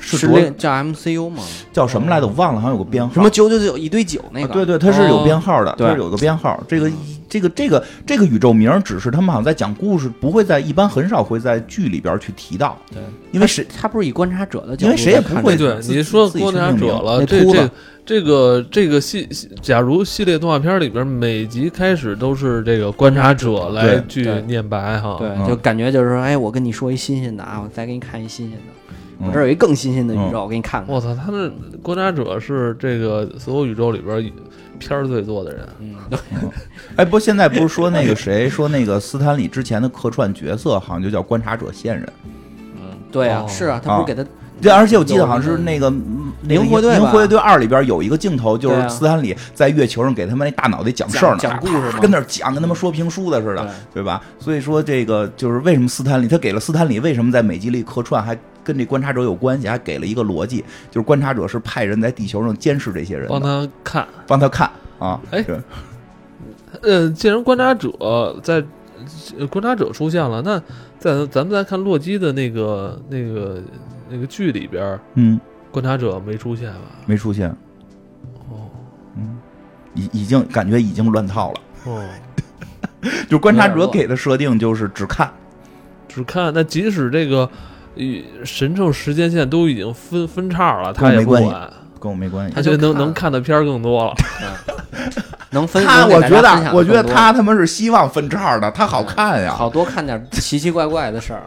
是 是多另叫 MCU 嘛？叫什么来着？我忘了，好像有个编号。什么九九九一堆九那啊，个？对对，它是有哦编号的，它对是有个编号。这个这个这个这个宇宙名儿只是他们好像在讲故事，不会在一般很少会在剧里边儿去提到，对，因为谁他哎不是以观察者的角度，因为谁也不会对对，自你说自己观去察命者名了，那这秃这子这个这个系，系假如系列动画片里边每集开始都是这个观察者来对去对念白哈，对，嗯就感觉就是说，哎，我跟你说一新鲜的啊，我再给你看一新鲜的，我嗯这儿有一更新鲜的宇宙，我给你看看。我操，他们观察者是这个所有宇宙里边片儿最多的人，嗯，哎，不，现在不是说那个谁说那个斯坦李之前的客串角色好像就叫观察者线人，对啊哦，是啊，他不是给他对，而且我记得好像是那个嗯那个灵活队灵吧活队二里边有一个镜头，就对是啊斯坦李在月球上给他们那大脑袋讲事儿呢，讲讲故事啪嘛跟那儿讲，跟他们说评书的似的对，对吧？所以说这个就是为什么斯坦李他给了斯坦李为什么在美吉利客串还。跟这观察者有关系，还给了一个逻辑，就是观察者是派人在地球上监视这些人的，帮他看。帮他看啊。哎是呃，既然观察者在呃观察者出现了，那在咱们再看洛基的那个那个那个剧里边，嗯，观察者没出现吧？没出现，嗯哦已已经感觉已经乱套了。 哦，就是观察者有点乱给的设定就是只看，只看那即使这个呃神圣时间线都已经分分叉了，跟我他也没不关管系，跟我没关系他。觉得他能就看能看的片儿更多了。能分。他能给我大觉家分得享我觉得更多他他妈是希望分叉的，他好看呀。 好多看点奇奇怪怪的事 儿，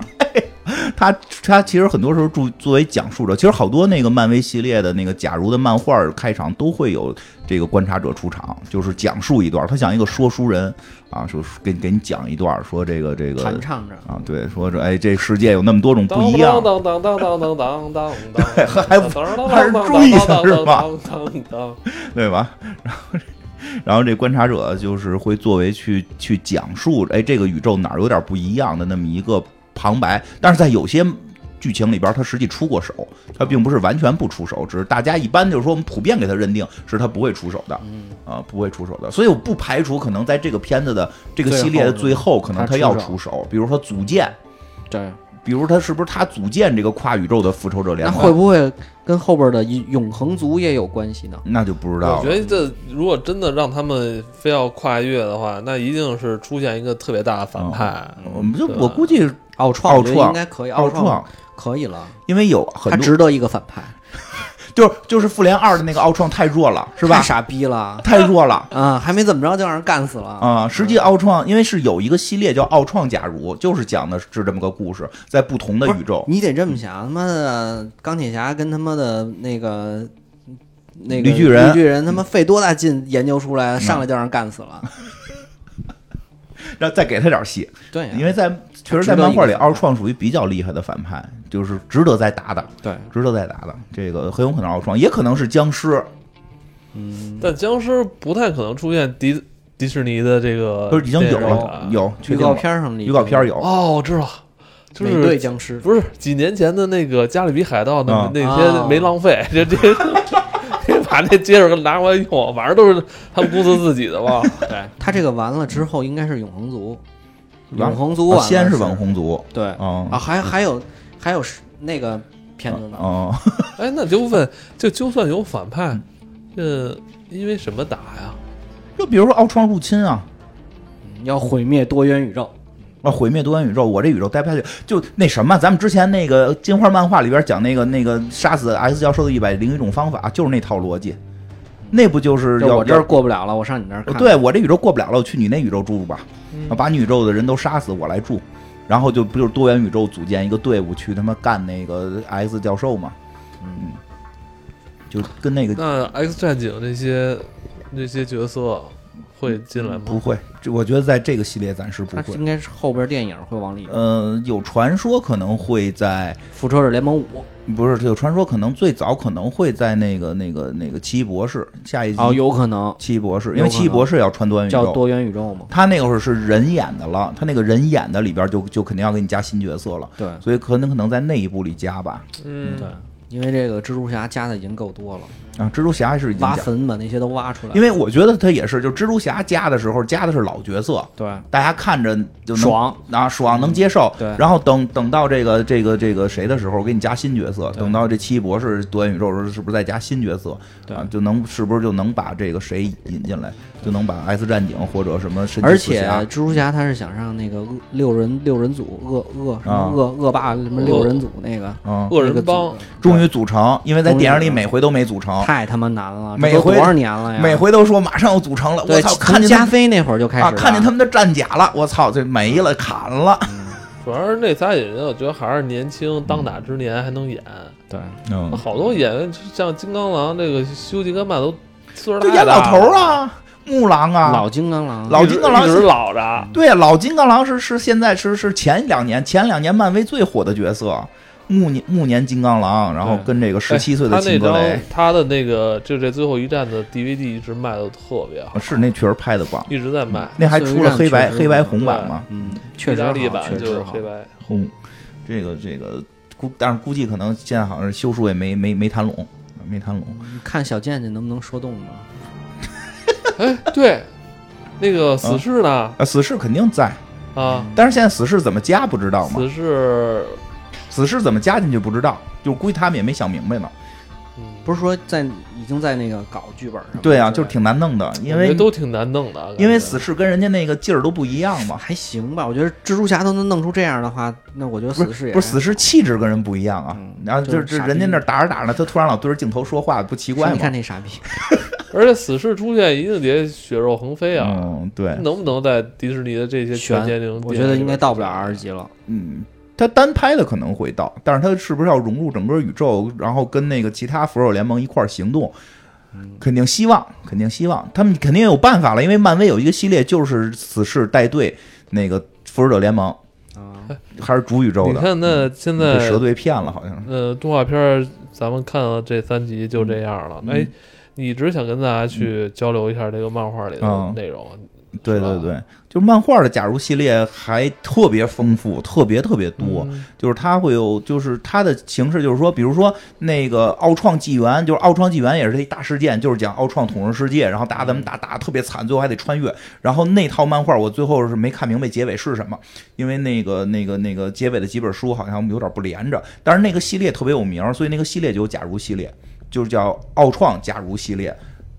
他他其实很多时候作作为讲述者，其实好多那个漫威系列的那个假如的漫画开场都会有这个观察者出场，就是讲述一段，他像一个说书人啊，就是给给你讲一段，说这个这个弹唱着。啊，对，说这哎这世界有那么多种不当一样，当当当当当当当当，当当，对吧？ 然后然后这观察者就是会作为去去讲述，哎，这个宇宙哪儿有点不一样的那么一个旁白，但是在有些。剧情里边，他实际出过手，他并不是完全不出手，只是大家一般就是说，我们普遍给他认定是他不会出手的，嗯，啊，不会出手的。所以我不排除可能在这个片子的这个最系列的后最后，可能他他出要手出手，比如说组建，对。比如他是不是他组建这个跨宇宙的复仇者那联会盟，不会跟后边的永永恒族也有关系呢？那就不知我道觉了。得这如果真的让他们非要跨越的话，那一定是出现一个特别大的反派。我们就对我估计奥创，奥我觉得创应该可以，奥创创，可以了，因为有他很多，值得一个反派，就是就是复联二的那个奥创太弱了，是太吧？傻逼了太弱了。啊！还没怎么着就让人干死了啊、实际奥创因为是有一个系列叫《奥创假如》，就是讲的是这么个故事，在不同的不是宇宙，你得这么想，他妈的钢铁侠跟他妈的那个那个绿巨人嗯绿巨人他妈费多大劲研究出来，上来就让人干死 了。然后再给他点戏，对哎呀，因为在确实，值在得漫一画个里，反奥派创属于比较厉害的反派，就是值得再打打。对，值得再打的，这个很有可能奥创，也可能是僵尸，嗯，但僵尸不太可能出现迪迪士尼的这个，不是已经有了，有确预定告了，片上里预告片有，哦，我知道，就美队是僵尸，不是几年前的那个《加勒比海盗》那嗯那些没浪费，这这把那接着拿过来用，反正都是他们公司自己的吧？对，他这个完了之后应该是永恒族，完永恒族啊完了先是是网红族，对啊，嗯，还还有还有是那个片子呢，哦，哎，那就问，就就算有反派，嗯这因为什么打呀？ 就比如说奥创入侵啊，要毁灭多元宇宙，啊，毁灭多元宇宙，我这宇宙待不下去，就那什么，咱们之前那个金花漫画里边讲那个那个杀死 S 教授的一百零一种方法，就是那套逻辑，那不就是就要我这儿过不了了，我上你那儿看。对我这宇宙过不了了，我去你那宇宙住吧，嗯啊把你宇宙的人都杀死，我来住，然后就不就是多元宇宙组建一个队伍去他妈干那个 X 教授嘛，嗯，就跟那个那 X 战警这些这些角色会进来不吗？会，这我觉得在这个系列暂时不他会应。该是后边电影会往里，《呃，有传说可能会在，复仇者联盟五不是有传说可能最早可能会在那个那个那个奇异博士下一》集，哦，有可能奇异博士，有因为可奇异能博士要穿多嗯元宇叫宙，多元宇宙嘛？他那个时候是人演的了，他那个人演的里边就就肯定要给你加新角色了，对所以可能可能在那一部里加吧。嗯对，因为这个蜘蛛侠加的已经够多了，啊，蜘蛛侠是已经挖加，坟把那些都挖出来，因为我觉得他也是，就蜘蛛侠加的时候加的是老角色，对大家看着就能爽啊爽能接受。嗯对然后等等到这个这个这个谁的时候，给你加新角色。等到这奇异博士多元宇宙的时候，是不是再加新角色？对啊，就能是不是就能把这个谁引进来，就能把 X 战警或者什么神奇而四且侠蜘蛛侠他是想让那个恶六人六人组恶恶什啊么恶恶霸什么六人组那个嗯，恶那个人组帮，终于组成，因为在终于电影里组成每回都没组成，太他妈难了，这每都回多少年了呀？每回都说马上要组成了，我对，操，从看见加他们菲那会儿就开始啊，了看见他们的战甲了，我操，这没了，砍了。主要是那仨演员，我觉得还是年轻，当打之年还能演。对，嗯那好多演员，像金刚狼这个休吉甘曼都岁数就大，演老头儿，啊，木狼啊，老金刚狼老一直金刚狼一直老着。对啊老金刚狼是是现在是是前两年前两年漫威最火的角色，暮年暮年金刚狼，然后对跟这个 十七岁哎的他那辛格雷张，他的那个就这最后一战的 DVD 一直卖的特别好，是那确实拍的棒，一直在卖。那还出了黑白确实黑白红版嘛，嗯，确意实大好，利版确就是实好黑。白，红，这个这个估，但是估计可能现在好像是修书也没没没谈拢，没谈拢。你看小贱贱能不能说动呢？哎， 对，那个死侍呢？啊，死侍肯定在，啊，但是现在死侍怎么加不知道嘛？死侍，死侍怎么加进去不知道，就估计他们也没想明白呢。嗯，不是说在已经在那个搞剧本上了？对啊，之就类是的挺难弄的，我因觉为得都挺难弄的，啊因为感觉死侍跟人家那个劲儿都不一样嘛。还行吧。我觉得蜘蛛侠都能弄出这样的话，那我觉得不死是侍也不是死侍气质跟人不一样啊嗯，然后就就是是傻逼人家那打着打着，他突然老对着镜头说话，不奇说怪你看吗？那傻逼，而且死侍出现一定得血肉横飞啊！嗯，对，能不能在迪士尼的这些全悬年龄？我觉得应该到不了 R 级了。嗯，它单拍的可能会到，但是它是不是要融入整个宇宙，然后跟那个其他复仇者联盟一块儿行动？肯定希望，肯定希望，他们肯定有办法了，因为漫威有一个系列就是死侍带队那个复仇者联盟，啊，还是主宇宙你的。嗯看，那现被在蛇队骗了，好像是。呃，动画片儿咱们看了这三集就这样了。嗯哎，你一直想跟大家去交流一下这个漫画里的嗯内容，对是吧对对，就是漫画的假如系列还特别丰富，特别特别多。嗯就是它会有，就是它的形式，就是说，比如说那个奥创纪元，就是奥创纪元也是一大事件，就是讲奥创统治世界，然后打咱们打打得特别惨，最后还得穿越。然后那套漫画我最后是没看明白结尾是什么，因为那个那个那个结尾的几本书好像有点不连着。但是那个系列特别有名，所以那个系列就有假如系列，就是叫奥创假如系列。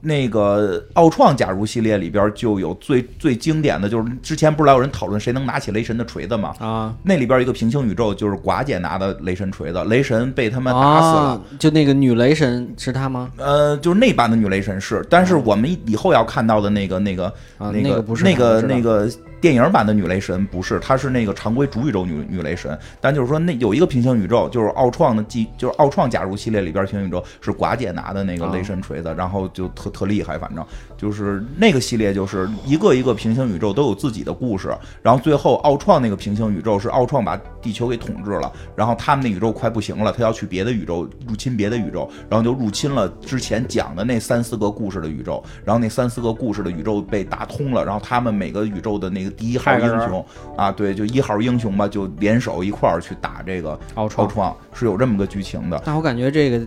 那个奥创假如系列里边就有最最经典的就是之前不是老有人讨论谁能拿起雷神的锤子吗？ 啊，那里边一个平行宇宙就是寡姐拿的雷神锤子，雷神被他们打死了。啊，就那个女雷神是她吗？呃，就是那版的女雷神是，但是我们以后要看到的那个、那个、啊，那个个、不是那个她那，个电影版的女雷神不是，她是那个常规主宇宙女女雷神。但就是说，那有一个平行宇宙，就是奥创的记，就是奥创假如系列里边平行宇宙是寡姐拿的那个啊雷神锤子，然后就特特厉害，反正就是那个系列就是一个一个平行宇宙都有自己的故事，然后最后奥创那个平行宇宙是奥创把地球给统治了，然后他们那宇宙快不行了，他要去别的宇宙入侵别的宇宙，然后就入侵了之前讲的那三四个故事的宇宙，然后那三四个故事的宇宙被打通了，然后他们每个宇宙的那个第一号派个人英雄啊，对，就一号英雄吧，就联手一块儿去打这个奥奥创。创，是有这么个剧情的。但我感觉这个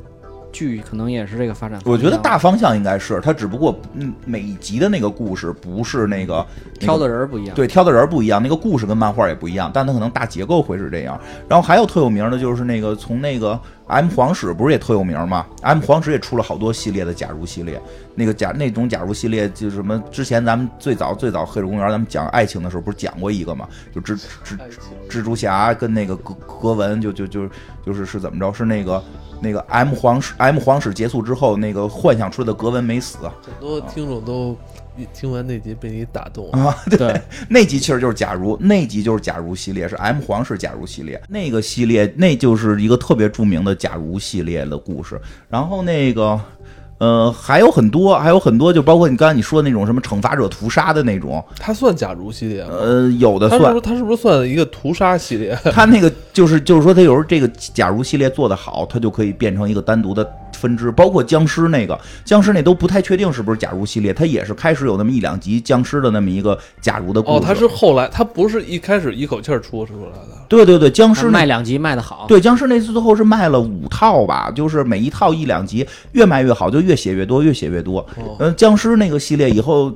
剧可能也是这个发展方向。我觉得大方向应该是，它只不过嗯每一集的那个故事不是那个挑的。的人儿不一样。，对，挑的人儿不一样，那个故事跟漫画也不一样，但它可能大结构会是这样。然后还有特有名的就是那个从那个 M 皇室不是也特有名吗？M 皇室也出了好多系列的假如系列，那个假那种假如系列就是什么？之前咱们最早最早黑水公园咱们讲爱情的时候不是讲过一个吗？就蜘蜘蜘蛛侠跟那个格格文就就就就是是怎么着？是那个那个 M 皇室 M 皇室结束之后，那个幻想出来的格文没死很多听众都一听完那集被你打动了。啊，对那集其实就是假如，那集就是假如系列，是 M 皇室假如系列，那个系列那就是一个特别著名的假如系列的故事。然后那个，呃，还有很多，还有很多，就包括你刚才你说的那种什么惩罚者屠杀的那种，它算假如系列吗？呃，有的它是不算是，它是不是算一个屠杀系列？他那个就是就是说，他有时候这个假如系列做得好，他就可以变成一个单独的分支，包括僵尸那个，僵尸那都不太确定是不是假如系列，它也是开始有那么一两集僵尸的那么一个假如的故事。哦，它是后来，它不是一开始一口气儿出出来的。对对对，僵尸那卖两集卖的好。对，僵尸那次最后是卖了五套吧，就是每一套一两集，越卖越好，就越写越多，越写越多。哦，嗯，僵尸那个系列以后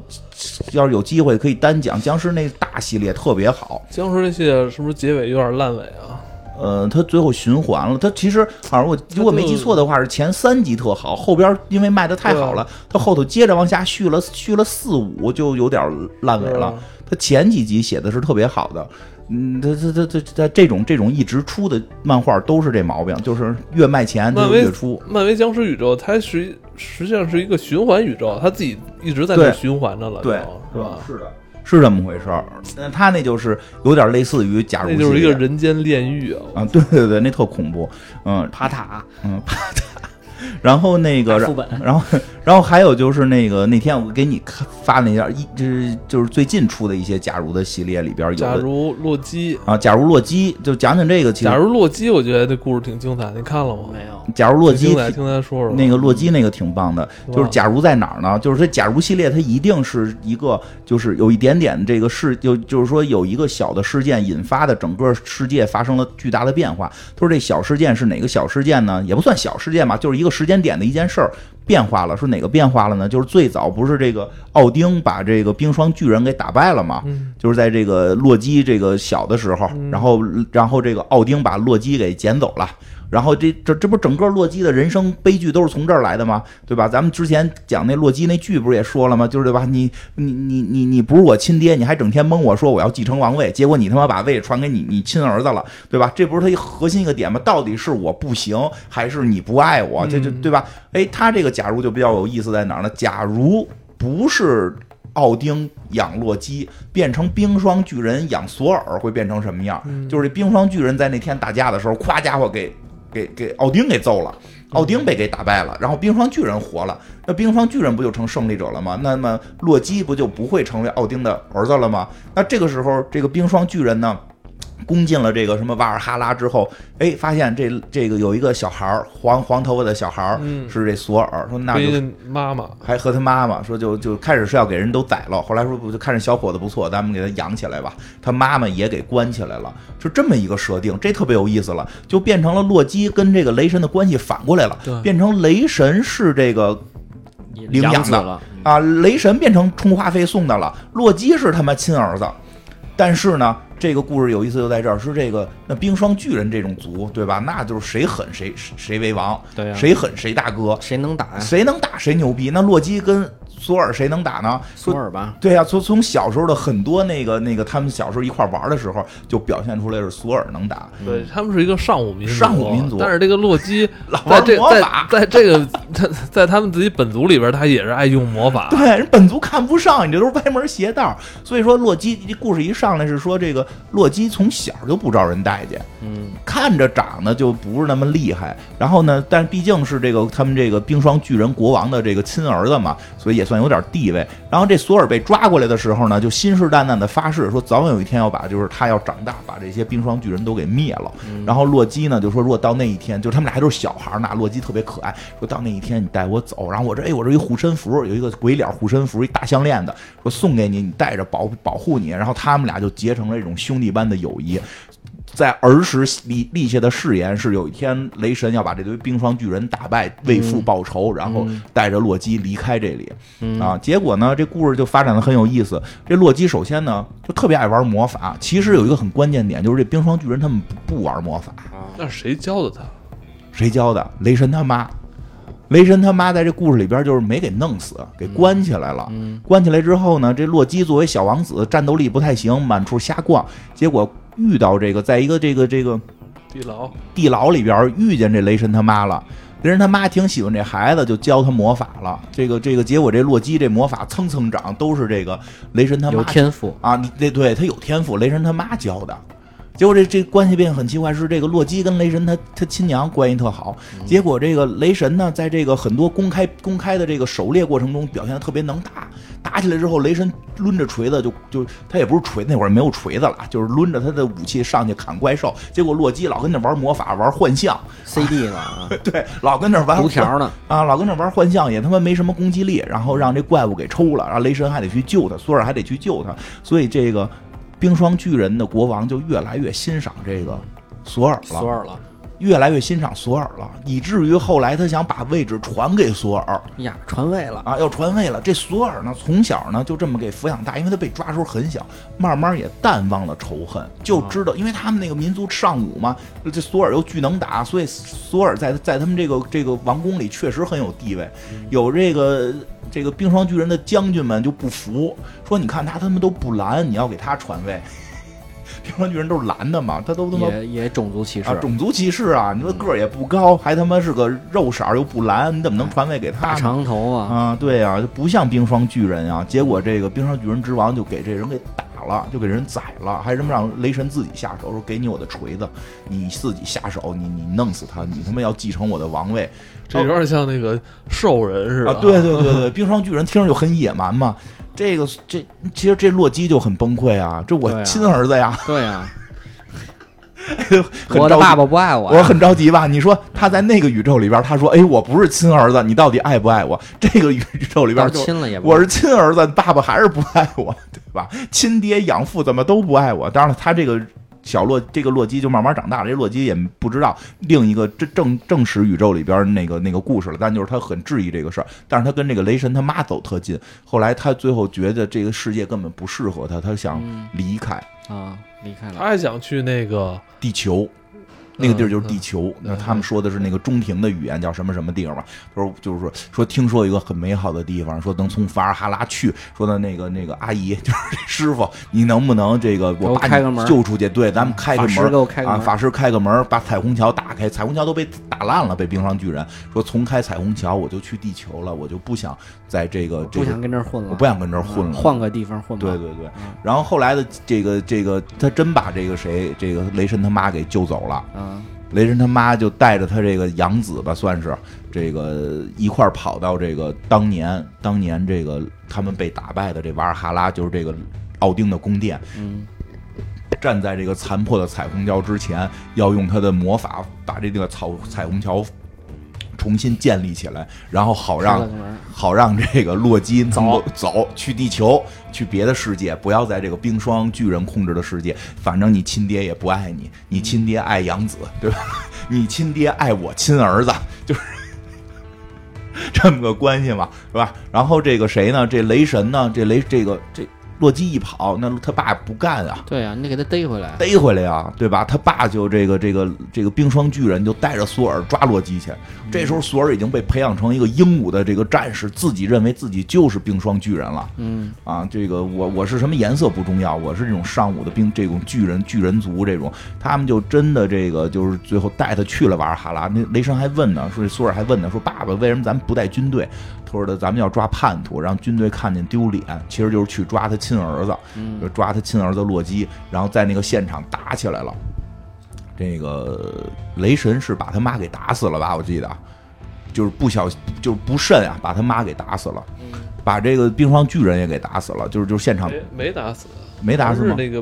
要是有机会可以单讲，僵尸那大系列特别好。僵尸那系列是不是结尾有点烂尾啊？呃，它最后循环了，它其实反正我如果没记错的话是前三集特好，后边因为卖的太好了，它后头接着往下续了续了四五就有点烂尾对了啊。它前几集写的是特别好的。嗯，它它它它它这种这种一直出的漫画都是这毛病，就是越卖钱它漫就威越出。漫威僵尸宇宙，它实实际上是一个循环宇宙，它自己一直在那对循环着了，对就是吧？是的，是这么回事儿。那他那就是有点类似于假如那就是一系列个人间炼狱啊！啊，对对对，那特恐怖。嗯，爬塔然后那个，副本然后然后还有就是那个那天我给你看发那件一，就是就是最近出的一些假如的系列里边有假的如洛基，啊，假如洛基，就讲讲这个。其假实如洛基，我觉得这故事挺精彩，你看了吗？没有，假如洛基听来听他说说吧那个洛基那个挺棒的，就是假如在哪儿呢？就是它假如系列，它一定是一个就是有一点点这个事，就就是说有一个小的事件引发的整个世界发生了巨大的变化。他说这小事件是哪个小事件呢？也不算小事件吧，就是一个时间点的一件事儿。变化了，是哪个变化了呢？就是最早不是这个奥丁把这个冰霜巨人给打败了吗？嗯，就是在这个洛基这个小的时候，然后然后这个奥丁把洛基给捡走了。然后这这这不整个洛基的人生悲剧都是从这儿来的吗？对吧？咱们之前讲那洛基那剧不是也说了吗？就是对吧？你你你你你不是我亲爹，你还整天蒙我说我要继承王位，结果你他妈把位传给你你亲儿子了，对吧？这不是他一核心一个点吗？到底是我不行，还是你不爱我？这就嗯对吧？哎，他这个假如就比较有意思在哪儿呢？假如不是奥丁养洛基，变成冰霜巨人养索尔，会变成什么样？就是这冰霜巨人在那天打架的时候，夸家伙给给给奥丁给揍了。奥丁被给打败了，然后冰霜巨人活了，那冰霜巨人不就成胜利者了吗？那么洛基不就不会成为奥丁的儿子了吗？那这个时候，这个冰霜巨人呢，攻进了这个什么瓦尔哈拉之后，哎，发现这这个有一个小孩儿，黄黄头发的小孩儿、嗯是这索尔，说那就跟妈妈，还和他妈妈说就，就开始是要给人都宰了，后来说不就看着小伙子不错，咱们给他养起来吧。他妈妈也给关起来了，是这么一个设定，这特别有意思了，就变成了洛基跟这个雷神的关系反过来对了，变成雷神是这个领养养子的了，嗯啊，雷神变成充话费送的了，洛基是他妈亲儿子。但是呢，这个故事有意思就在这儿，是这个那冰霜巨人这种族，对吧？那就是谁狠谁谁谁为王，对呀谁狠谁大哥，谁能打呀？谁能打谁牛逼。那洛基跟索尔谁能打呢？索尔吧，对啊呀、从从小时候的很多那个那个，他们小时候一块玩的时候，就表现出来是索尔能打。对他们是一个尚武民族，嗯尚武民族但是这个洛基 老玩在这魔在法在这个他在他们自己本族里边，他也是爱用魔法，对，人本族看不上你，这都是歪门邪道。所以说，洛基这故事一上来是说，这个洛基从小就不招人待见，嗯，看着长得就不是那么厉害。然后呢，但毕竟是这个他们这个冰霜巨人国王的这个亲儿子嘛，所以也算有点地位。然后这索尔被抓过来的时候呢，就信誓旦旦的发誓说，早晚有一天要把就是他要长大，把这些冰霜巨人都给灭了。然后洛基呢就说，如果到那一天，就是他们俩还都是小孩儿呢，洛基特别可爱，说到那一天你带我走，然后我这哎我这一护身符，有一个鬼脸护身符，一大项链子，说送给你，你带着保保护你。然后他们俩就结成了这种兄弟般的友谊。在儿时立立下的誓言是，有一天雷神要把这堆冰霜巨人打败，为父报仇，然后带着洛基离开这里。啊，结果呢，这故事就发展的很有意思。这洛基首先呢，就特别爱玩魔法。其实有一个很关键点，就是这冰霜巨人他们不不玩魔法，啊那是谁教的他？谁教的？雷神他妈。雷神他妈在这故事里边就是没给弄死，给关起来了。关起来之后呢，这洛基作为小王子，战斗力不太行，满处瞎逛，结果遇到这个，在一个这个这个地牢，地牢里边遇见这雷神他妈了。雷神他妈挺喜欢这孩子，就教他魔法了。这个这个，结果这洛基这魔法蹭蹭长，都是这个雷神他妈有 天赋，啊，你对对，他有天赋，雷神他妈教的。结果这这关系变得很奇怪，是这个洛基跟雷神他他亲娘关系特好，结果这个雷神呢，在这个很多公开公开的这个狩猎过程中表现的特别能打，打起来之后，雷神抡着锤子就就他也不是锤，那会儿没有锤子了，就是抡着他的武器上去砍怪兽，结果洛基老跟那玩魔法玩幻象， CD 呢 啊，对，老跟那玩读条呢，啊，老跟那玩幻象也他妈没什么攻击力，然后让这怪物给抽了，然后雷神还得去救他，索尔还得去救他，所以这个冰霜巨人的国王就越来越欣赏这个 索尔索了，尔了越来越欣赏索尔了，以至于后来他想把位置传给索尔呀，传位了，啊，要传位了。这索尔呢，从小呢就这么给抚养大，因为他被抓的时候很小，慢慢也淡忘了仇恨，就啊知道，因为他们那个民族尚武嘛，这索尔又巨能打，所以索尔在在他们这个这个王宫里确实很有地位，嗯有这个这个冰霜巨人的将军们就不服，说你看他他们都不拦，你要给他传位， 冰霜巨人都是蓝的嘛，他都他妈也也种族歧视啊，，种族歧视啊！你说个儿也不高，还他妈是个肉色儿又不蓝，你怎么能传位给他哎大呢？长头啊，啊，对啊，就不像冰霜巨人啊。结果这个冰霜巨人之王就给这人给打了，就给人宰了，还他妈让雷神自己下手，说给你我的锤子，你自己下手，你你弄死他，你他妈要继承我的王位。这有点像那个兽人似的哦啊，对对对对，冰霜巨人听着就很野蛮嘛。这个这其实这洛基就很崩溃啊，这对我啊亲儿子呀，对呀， 很我的着急爸爸不爱我我啊，很着急吧？你说他在那个宇宙里边，他说：“哎，我不是亲儿子，你到底爱不爱我？”这个宇宇宙里边到就，亲了也不我是亲儿子，爸爸还是不爱我，对吧？亲爹养父怎么都不爱我？当然了，他这个小洛，这个洛基就慢慢长大了。这洛基也不知道另一个正正正史宇宙里边那个那个故事了，但就是他很质疑这个事儿。但是他跟这个雷神他妈走特近，后来他最后觉得这个世界根本不适合他，他想离开嗯啊，离开了，他还想去那个地球。那个地儿嗯就是地球。那他们说的是那个中庭的语言，叫什么什么地方嘛？他说就是说说听说有一个很美好的地方，说能从法尔哈拉去，说的那个那个阿姨就是这师傅，你能不能这个给我我把开个门你救出去？对，咱们开个法门师给我开个啊，门，法师开个门，把彩虹桥打开，彩虹桥都被打烂了，被冰上巨人说重开彩虹桥，我就去地球了，我就不想在这个这不个想跟这儿混了，我不想跟这儿混了嗯换个地方混吧。对对对嗯，然后后来的这个这个，他真把这个谁这个雷神他妈给救走了。嗯，雷神他妈就带着他这个养子吧，算是这个一块儿跑到这个当年当年这个他们被打败的这瓦尔哈拉，就是这个奥丁的宫殿，嗯，站在这个残破的彩虹桥之前，要用他的魔法把这个草彩虹桥重新建立起来，然后好开让了个门，好让这个洛基能够走去地球，去别的世界，不要在这个冰霜巨人控制的世界。反正你亲爹也不爱你，你亲爹爱养子，对吧？ 你亲爹爱我亲儿子，就是 这么个关系嘛，是吧？然后这个谁呢？这雷神呢？这雷这个这洛基一跑，那他爸不干啊，对啊，你得给他逮回来。逮回来呀、对吧？他爸就这个这个这个冰霜巨人就带着索尔抓洛基去。这时候索尔已经被培养成一个英武的这个战士，自己认为自己就是冰霜巨人了嗯，啊！这个我我是什么颜色不重要，我是这种上武的冰这种巨人巨人族这种，他们就真的这个就是最后带他去了瓦尔哈拉。那雷神还问呢，说索尔还问呢，说爸爸为什么咱们不带军队？他说的咱们要抓叛徒，让军队看见丢脸，其实就是去抓他亲儿子。就抓他亲儿子洛基，然后在那个现场打起来了。这个雷神是把他妈给打死了吧？我记得，就是不小，就是不慎啊，把他妈给打死了，把这个冰霜巨人也给打死了，就是就是现场没没打死，啊没打死哎还是吗？那个，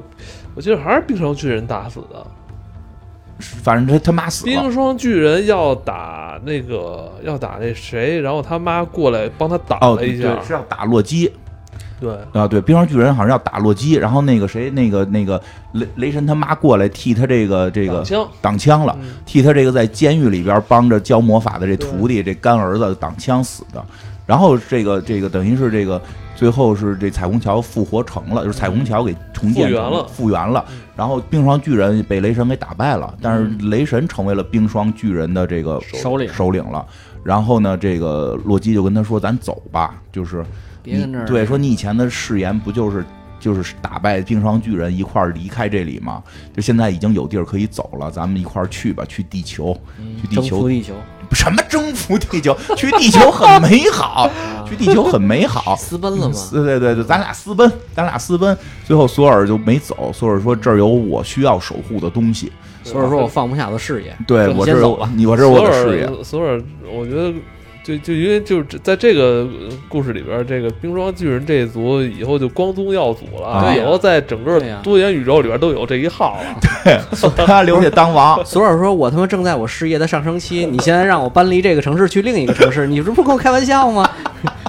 我记得还是冰霜巨人打死的。反正他他妈死了冰，霜巨人要打那个要打那谁，然后他妈过来帮他挡哦，了对，一下。对是要打洛基，对，啊，对，冰霜巨人好像要打洛基，然后那个谁，那个那个雷雷神他妈过来替他这个这个挡枪挡枪了，嗯替他这个在监狱里边帮着教魔法的这徒弟这干儿子挡枪死的。然后这个这个等于是这个最后是这彩虹桥复活成了，就是彩虹桥给重建复原成了复原了嗯。然后冰霜巨人被雷神给打败了，但是雷神成为了冰霜巨人的这个首领首领了。然后呢，这个洛基就跟他说：“咱走吧，就是别你跟这儿对，说你以前的誓言不就是就是打败冰霜巨人一块儿离开这里吗？就现在已经有地儿可以走了，咱们一块儿去吧，去地球，去地征球服地球，什么征服地球？去地球很美好，去地球很美好。嗯私奔了嘛？对对对对，咱俩私奔，咱俩私奔。最后索尔就没走，索尔说这儿有我需要守护的东西。所以说我放不下我的事业。对说你我这先儿走有吧你，啊我这是索我的尔事业。索尔，我觉得就就因为就是在这个呃故事里边，这个冰霜巨人这一族以后就光宗耀祖了，啊以后在整个对呀多元宇宙里边都有这一号 了。他留下当王，索尔说：“我他妈正在我事业的上升期，你现在让我搬离这个城市去另一个城市，你这不是跟我开玩笑吗？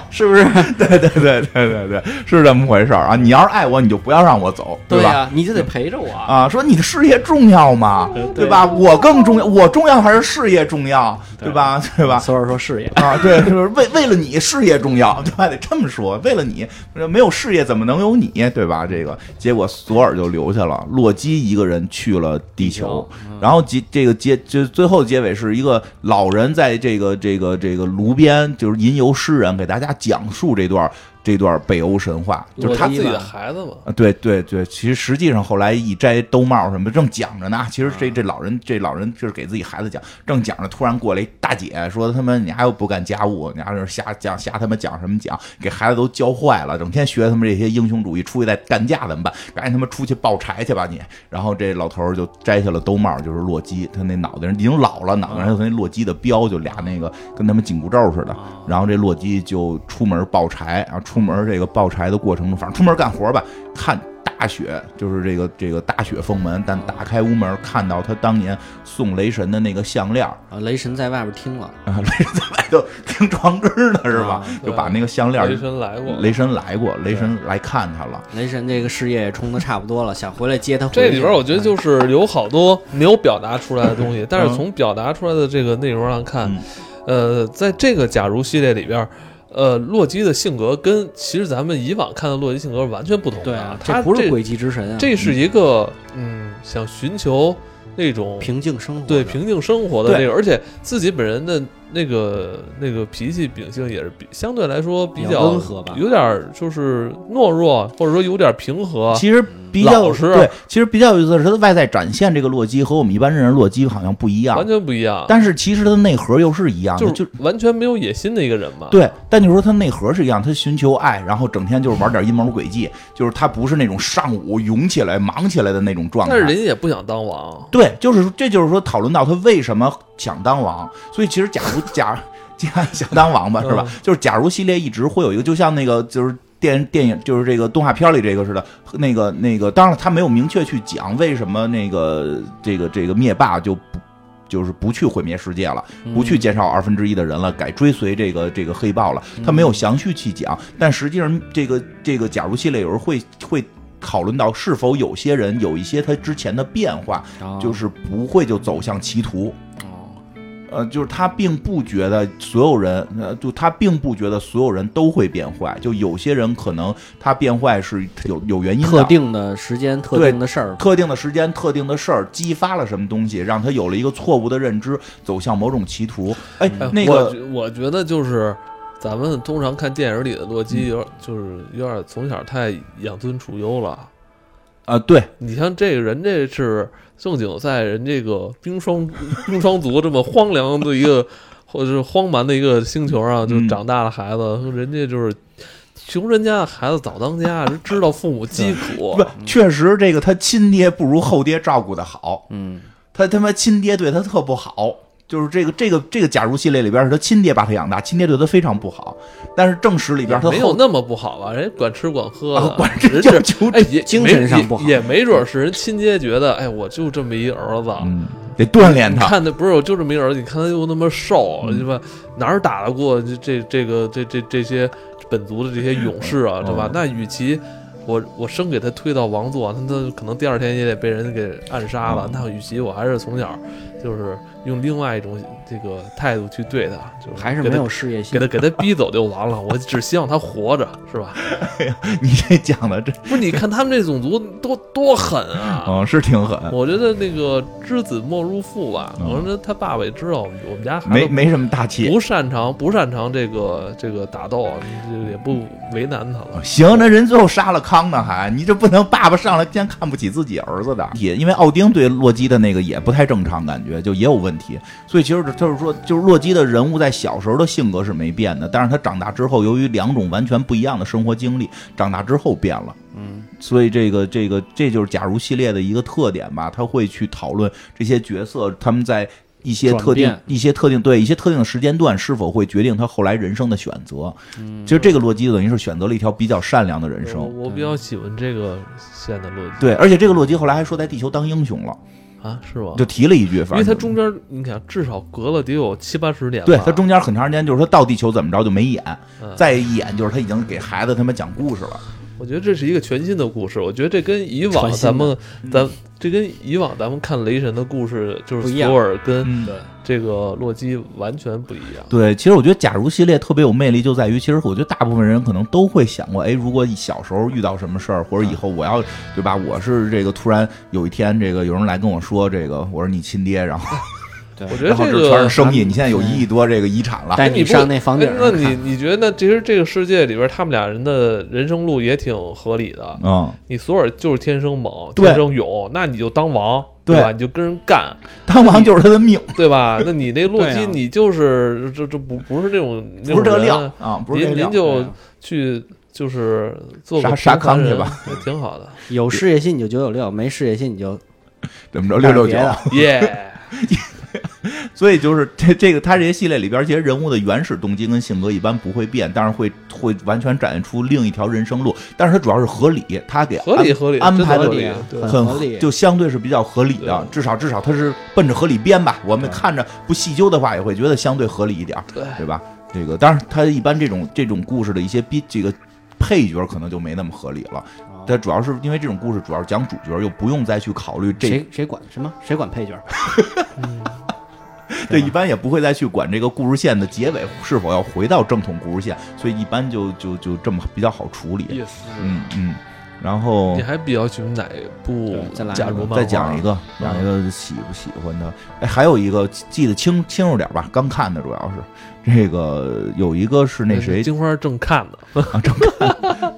是不是？对对对对对对，是这么回事儿啊！你要是爱我，你就不要让我走，对吧？呀、你就得陪着我。啊，说你的事业重要吗？对吧？我更重要，我重要还是事业重要，对吧？ 对吧？索尔说事业，啊，对，就是为为了你事业重要， 对吧？得这么说，为了你没有事业怎么能有你，对吧？这个结果索尔就留下了，洛基一个人去了地球，嗯然后结这个结就最后结尾是一个老人在这个这个这个炉边就是吟游诗人给大家讲述这段这段北欧神话，就是他自己洛基的吧孩子嘛，啊，对对对，其实实际上后来一摘兜帽什么，正讲着呢。其实这这老人这老人就是给自己孩子讲，正讲着，突然过来一大姐说：“他们你还有不干家务，你还是瞎讲瞎他妈讲什么讲，给孩子都教坏了，整天学他们这些英雄主义，出去再干架怎么办？赶紧他妈出去抱柴去吧你！”然后这老头儿就摘下了兜帽，就是洛基，他那脑袋上已经老了，脑袋上有那洛基的标，就俩那个跟他们紧箍咒似的。然后这洛基就出门抱柴啊，出门这个抱柴的过程中，反正出门干活吧，看大雪，就是这个这个大雪封门，但打开屋门看到他当年送雷神的那个项链儿 啊，雷神在外边听了，啊，雷神在外头听床根呢是吧啊？对就把那个项链儿雷，神来过，雷神来过，雷神来看他了。雷神这个事业也冲的差不多了，想回来接他回去。这里边我觉得就是有好多没有表达出来的东西，但嗯是从表达出来的这个内容上看，呃，在这个假如系列里边。呃，洛基的性格跟其实咱们以往看的洛基性格完全不同的对啊，他这不是诡计之神啊，这是一个嗯，想寻求那种平静生活，对，平静生活的对那个，而且自己本人的那个那个脾气秉性也是比相对来说比比较较温和吧有点儿就是懦弱，或者说有点儿平和。其实比较老实对，其实比较有意思的是，它的外在展现这个洛基和我们一般认识的洛基好像不一样完，全不一样，但是其实它的内核又是一样的，就是完全没有野心的一个人嘛。对，但你说他内核是一样，他寻求爱，然后整天就是玩点阴谋诡计，就是他不是那种上午涌起来、忙起来的那种状态但。是人家也不想当王，对，就是这就是说讨论到他为什么想当王，所以其实假如假假想当王吧，是吧？就是假如系列一直会有一个，就像那个就是。电电影就是这个动画片里这个似的，那个那个，当然了他没有明确去讲为什么那个这个这个灭霸就不就是不去毁灭世界了，不去减少二分之一的人了，改追随这个这个黑豹了。他没有详细去讲，但实际上这个这个假如系列有时候会会讨论到是否有些人有一些他之前的变化，啊哦就是不会就走向歧途。哦呃，就是他并不觉得所有人，呃，就他并不觉得所有人都会变坏，就有些人可能他变坏是有有原因的，特定的时间、特定的事儿，特定的时间、特定的事儿激发了什么东西，让他有了一个错误的认知，走向某种歧途。哎哎，那个我觉我觉得就是咱们通常看电影里的洛基，有点就是有点从小太养尊处优了。啊、对，你像这个人，这是正经赛，人这个冰霜冰霜族这么荒凉的一个，或者是荒蛮的一个星球上，就嗯长大的孩子，人家就是穷人家的孩子早当家，人知道父母疾苦不。，确实这个他亲爹不如后爹照顾的好，嗯，他他妈亲爹对他特不好。就是这个这个这个假如系列里边是他亲爹把他养大，亲爹对他非常不好，但是正史里边他没有后那么不好吧？人家管吃管喝的，啊管人这是叫求哎，也精没神上不好也，也没准是人亲爹觉得，哎，我就这么一儿子，嗯得锻炼你他，看他不是，我就这么一儿子，你看他又那么瘦，嗯对吧？哪儿打得过这这这个这这这些本族的这些勇士嗯啊，对吧？那与其我我生给他推到王座，那他可能第二天也得被人给暗杀嗯了。那与其我还是从小就是用另外一种这个态度去对他，就是还是给没他有事业给心他。给他逼走就完了。我只希望他活着，是吧？你这讲的这不是，你看他们这种族多多狠 啊！嗯是挺狠， 我觉得那个知子莫如父吧，嗯我觉得他爸爸也知道我们家孩没子没什么大气。不擅长不擅长这个这个打斗，你就也不为难他了。行，那人最后杀了康呢还，你这不能爸爸上来先看不起自己儿子的，也因为奥丁对洛基的那个也不太正常，感觉就也有问题，所以其实就是说，就是洛基的人物在小时候的性格是没变的，但是他长大之后，由于两种完全不一样的生活经历，长大之后变了。嗯，所以这个这个这就是假如系列的一个特点吧，他会去讨论这些角色他们在一些特定转变一些特定对一些特定的时间段是否会决定他后来人生的选择。其实这个洛基等于是选择了一条比较善良的人我生。我比较喜欢这个线的逻辑，嗯对，而且这个洛基后来还说在地球当英雄了，啊，是吗？就提了一句，因反为正他中间你看至少隔了得有七八十年吧，对他中间很长时间就是说到地球怎么着就没演，嗯再一演就是他已经给孩子他们讲故事了。我觉得这是一个全新的故事，我觉得这跟以往全新的嗯咱们咱这跟以往咱们看雷神的故事，就是不一索样尔跟嗯对，这个洛基完全不一样。对，其实我觉得《假如》系列特别有魅力，就在于其实我觉得大部分人可能都会想过，哎，如果小时候遇到什么事儿，或者以后我要对吧，我是这个突然有一天这个有人来跟我说这个，我是你亲爹，然后对我觉得然后这这个嗯全是生意，你现在有一亿多这个遗产了，带你不上那房顶哎那儿看，你你觉得，其实这个世界里边，他们俩人的人生路也挺合理的。嗯，你索尔就是天生猛，对天生勇，那你就当王，对对吧？你就跟人干，当王就是他的命，对吧？那你那洛基，对啊你就是这这不不是这种，不是这个那种人料啊，不是这个您料您。就对啊去就是做个杀杀平凡康去人吧，也挺好的，有事业心你就九九六，没事业心你就怎么着六六别九，的耶！ 所以就是这这个他这些系列里边，其实人物的原始动机跟性格一般不会变，但是会会完全展现出另一条人生路。但是它主要是合理，他给合理合理，安真排的的合这理个，对很很合理就相对是比较合理的对，至少至少它是奔着合理编吧。我们对看着不细究的话，也会觉得相对合理一点儿，对。对吧？这个当然，它一般这种这种故事的一些逼这个。配角可能就没那么合理了，哦啊但主要是因为这种故事主要是讲主角，又不用再去考虑这谁谁管什么？谁管配角？对，一般也不会再去管这个故事线的结尾是否要回到正统故事线，所以一般就就就这么比较好处理。意思，嗯嗯，然后你还比较喜欢哪部对再来一假个如漫再画讲一个，啊讲一个喜不喜欢的。哎，还有一个记记得清清楚点吧，刚看的主要是这个有一个是那谁金花正看呢，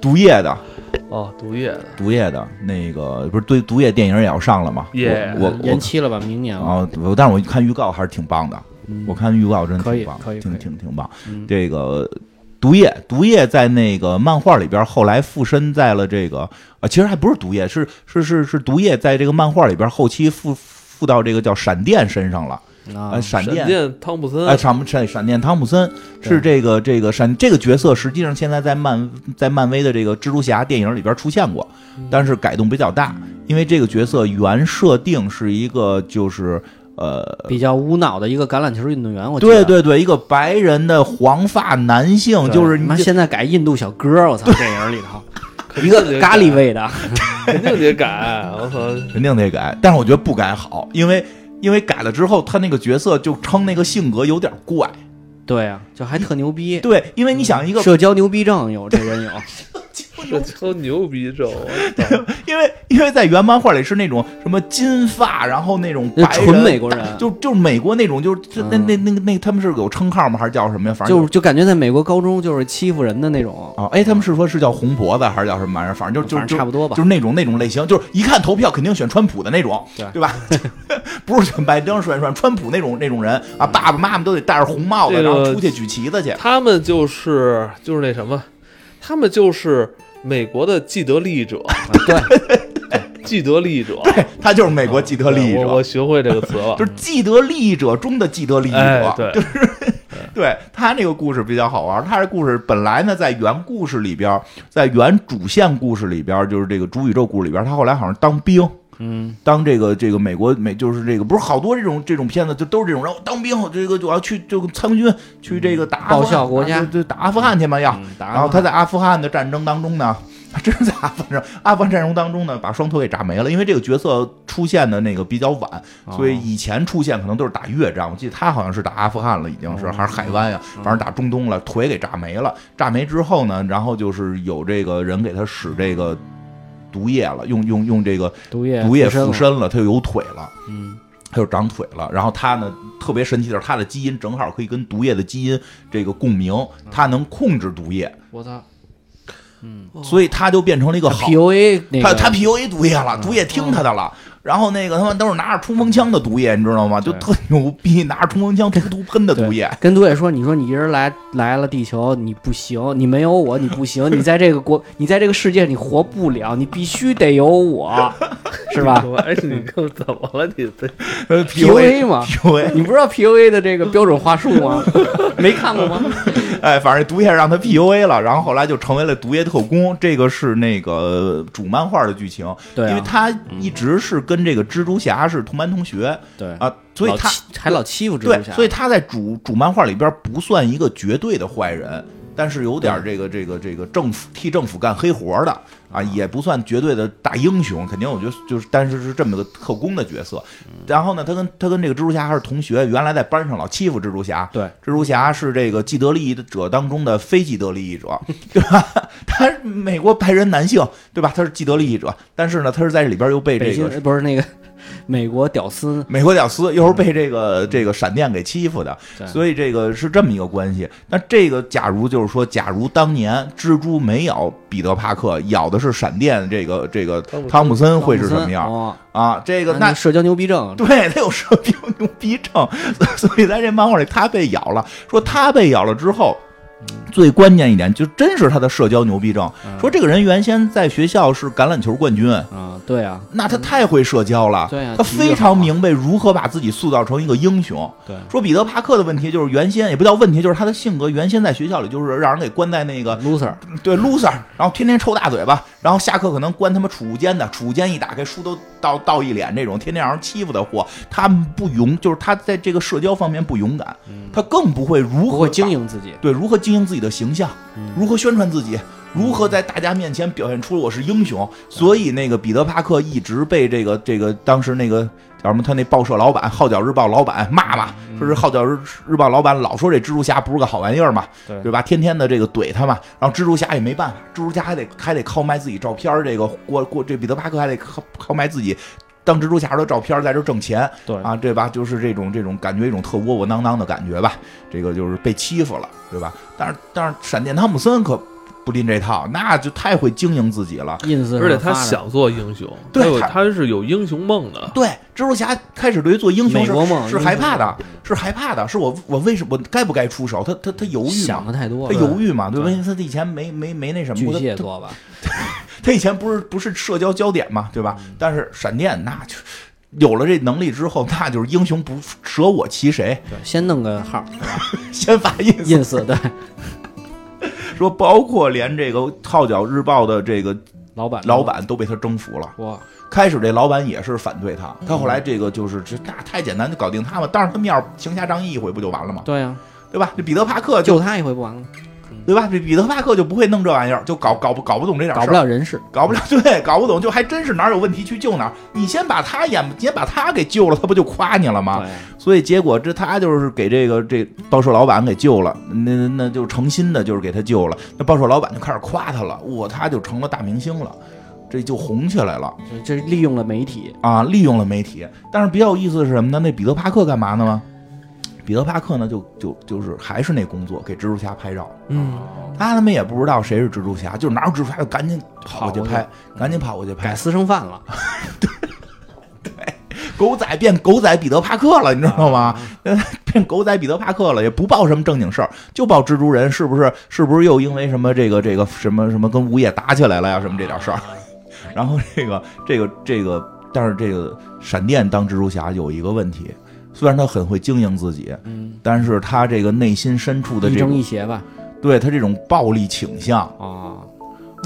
毒液的，哦，毒液的，毒液的那个不是对毒液电影也要上了吗？ Yeah 我我呃延期了吧，明年我哦了。啊，我但是我看预告还是挺棒的，嗯我看预告真的可以挺棒，可以可挺以挺挺棒。嗯这个毒液，毒液在那个漫画里边后来附身在了这个啊、呃其实还不是毒液，是是是是毒液在这个漫画里边后期附附到这个叫闪电身上了，啊呃，，闪闪电。电汤普森哎，，闪闪闪电汤姆森是这个这个闪这个角色，实际上现在在漫在漫威的这个蜘蛛侠电影里边出现过，但是改动比较大，因为这个角色原设定是一个就是呃比较无脑的一个橄榄球运动员，我记对得对对，一个白人的黄发男性，对就是你妈这现在改印度小 哥，我操，电影里头一个咖喱，味的，肯定得改，我操，肯定得改，但是我觉得不改好，因为因为改了之后，他那个角色就称那个性格有点怪。对啊，就还特牛逼，对，因为你想一个，社交牛逼症有这 人有，这超牛逼这我操因为因为在原漫画里是那种什么金发，然后那种那白人纯美国人 就就是美国那种，就是就那嗯那那那他们是有称号吗？还是叫什么呀？反正就就感觉在美国高中就是欺负人的那种，啊，哎，他们是说是叫红脖子还是叫什么玩意儿？反正就就反正差不多吧就是那种那种类型，就是一看投票肯定选川普的那 种，对吧？ 不是选拜登，选选川普那种那种人嗯啊，爸爸妈妈都得戴着红帽子，这个然后出去举旗子去。 他们就是就是那什么，他们就是美国的既得利益者，啊对， 既得利益者，对，他就是美嗯国既得利益对我我者，学会这个词了 就，是既得利益者中的既得利益哎者，，对，对他那个故事比较好玩儿，他这故事本来呢，在原故事里边儿，在原主线故事里边儿，就是这个主宇宙故事里边儿，他后来好像当兵，嗯，当这个这个美国美就是这个不是好多这种这种片子就都是这种，然后当兵这个我要去就参军去这个打阿富汗嗯报效国家啊就就打阿富汗去嘛要，嗯然后他在阿富汗的战争当中呢， 他真是在阿富汗阿富汗战争当中呢，把双头给炸没了。因为这个角色出现的那个比较晚，啊所以以前出现可能都是打越战。我记得他好像是打阿富汗了，已经是还是海湾呀，嗯反正打中东了，腿给炸没了。炸没之后呢，然后就是有这个人给他使这个毒液了，用用用这个毒液毒液附附身了，身了，他就有腿了。嗯，他就长腿了。然后他呢，特别神奇的是，他的基因正好可以跟毒液的基因这个共鸣，他能控制毒液，我操，嗯所以他就变成了一个哦好。 ，PUA 那他个嗯他 PUA 毒液了，毒液听他的了。然后那个他们都是拿着冲锋枪的毒液，你知道吗？就对特牛逼，拿着冲锋枪突突喷的对毒液。跟毒液说，你说你一人来来了地球，你不行，你没有我你不 行，你在这个国，你在这个世界你活不了，你必须得有我，是吧？？哎，你更怎么了？你这呃 PUA 嘛 PUA， 你不知道 PUA 的这个标准话术吗？ 没看过吗？哎，反正毒液让他 PUA 了，然后后来就成为了毒液特工。这个是那个主漫画的剧情，对啊因为他一直是跟这个蜘蛛侠是同班同学对啊，啊，所以老他欺还老欺负蜘对蛛，侠，所以他在主主漫画里边不算一个绝对的坏人，但是有点这个这个这个政府替政府干黑活的啊，嗯也不算绝对的大英雄，肯定我觉得就是，但是是这么个特工的角色。嗯然后呢，他跟他跟这个蜘蛛侠还是同学，原来在班上老欺负蜘蛛侠，对蜘蛛侠是这个既得利益者当中的非既得利益者， 对吧？他是美国白人男性，对吧？他是既得利益者，但是呢，他是在这里边又被北这京个呃不是那个 美国屌丝，美国屌丝又是被这个这个闪电给欺负的，对所以这个是这么一个关系。那这个假如就是说，假如当年蜘蛛没咬彼得帕克，咬的是闪电这个这个汤姆森汤姆森会是什么样、哦啊？这个那那社交牛逼症， 对他有射病牛逼症， 所以在这漫画里他被咬了。说他被咬了之后，最关键一点就真是他的社交牛逼症。嗯说这个人原先在学校是橄榄球冠军，啊，对啊，那他太会社交了，对啊他体育非好啊常明白如何把自己塑造成一个英雄。对说彼得帕克的问题就是原先也不叫问题，就是他的性格原先在学校里就是让人给关在那个，loser，对 loser，然后天天抽大嘴巴，然后下课可能关他妈储物间的，储物间一打开书都倒倒一脸这种，天天让人欺负的货。他不勇，就是他在这个社交方面不勇敢，他更不会如嗯不何会经营。营自己，嗯对，如何经营自己的形象，如何宣传自己，如何在大家面前表现出我是英雄。嗯所以那个彼得·帕克一直被这个这个当时那个叫什么他那报社老板《号角日报》老板骂嘛，嗯说是《号角日日报》老板老说这蜘蛛侠不是个好玩意儿嘛，对对吧？天天的这个怼他嘛，然后蜘蛛侠也没办法，蜘蛛侠还得还得靠卖自己照片儿，这个过过这彼得·帕克还得靠靠卖自己。当蜘蛛侠的照片儿在这挣钱，对啊，对吧？就是这种这种感觉，一种特窝窝囊囊的感觉吧。这个就是被欺负了，对吧？但是但是闪电汤姆森可不拎这套，那就太会经营自己了。 ins，而且他想做英雄，对他有他他是有英雄梦的，对，蜘蛛侠开始对于做英雄美国是梦是害怕的，是害怕的，是我我为什么我该不该出手？他他他犹豫想嘛，的太多他了，犹豫嘛，对吧？对因为他以前没没没那什么巨过，蟹他他座吧，他以前不是不是社交焦点嘛，对吧？嗯但是闪电那就有了这能力之后，那就是英雄不舍我其谁， 对，先弄个号先发印 ins，对，说包括连这个《号角日报》的这个老板老板都被他征服了。哇，开始这老板也是反对嗯他，他后来这个就是这那太简单，就搞定他嘛。当着他面儿行侠仗义一回不就完了吗？对呀，对吧？这彼得帕克就救他一回不完了吗，对吧？这彼得帕克就不会弄这玩意儿，就搞搞不搞不懂这点事搞儿，不了人事，搞不了， 对，搞不懂，就还真是哪儿有问题去救哪儿。你先把他演，你先把他给救了，他不就夸你了吗？对，所以结果这他就是给这个这报社老板给救了，那那就诚心的就是给他救了。那报社老板就开始夸他了，哇，他就成了大明星了，这就红起来了。这这利用了媒体，啊，利用了媒体。但是比较有意思的是什么呢？那彼得帕克干嘛呢吗？彼得帕克呢，就就就是还是那工作，给蜘蛛侠拍照。嗯，他他妈也不知道谁是蜘蛛侠，就哪有蜘蛛侠就赶紧跑过去拍跑，赶紧跑过去改拍。私生饭了，狗仔变狗仔彼得帕克了，你知道吗？ 变狗仔彼得帕克了，也不报什么正经事儿，就报蜘蛛人是不是？是不是又因为什么这个这个什么什么跟物业打起来了呀？什么这点事儿？ 然后这个这个这个，但是这个闪电当蜘蛛侠有一个问题，虽然他很会经营自己，嗯，但是他这个内心深处的一这正种一邪吧，对他这种暴力倾向，啊，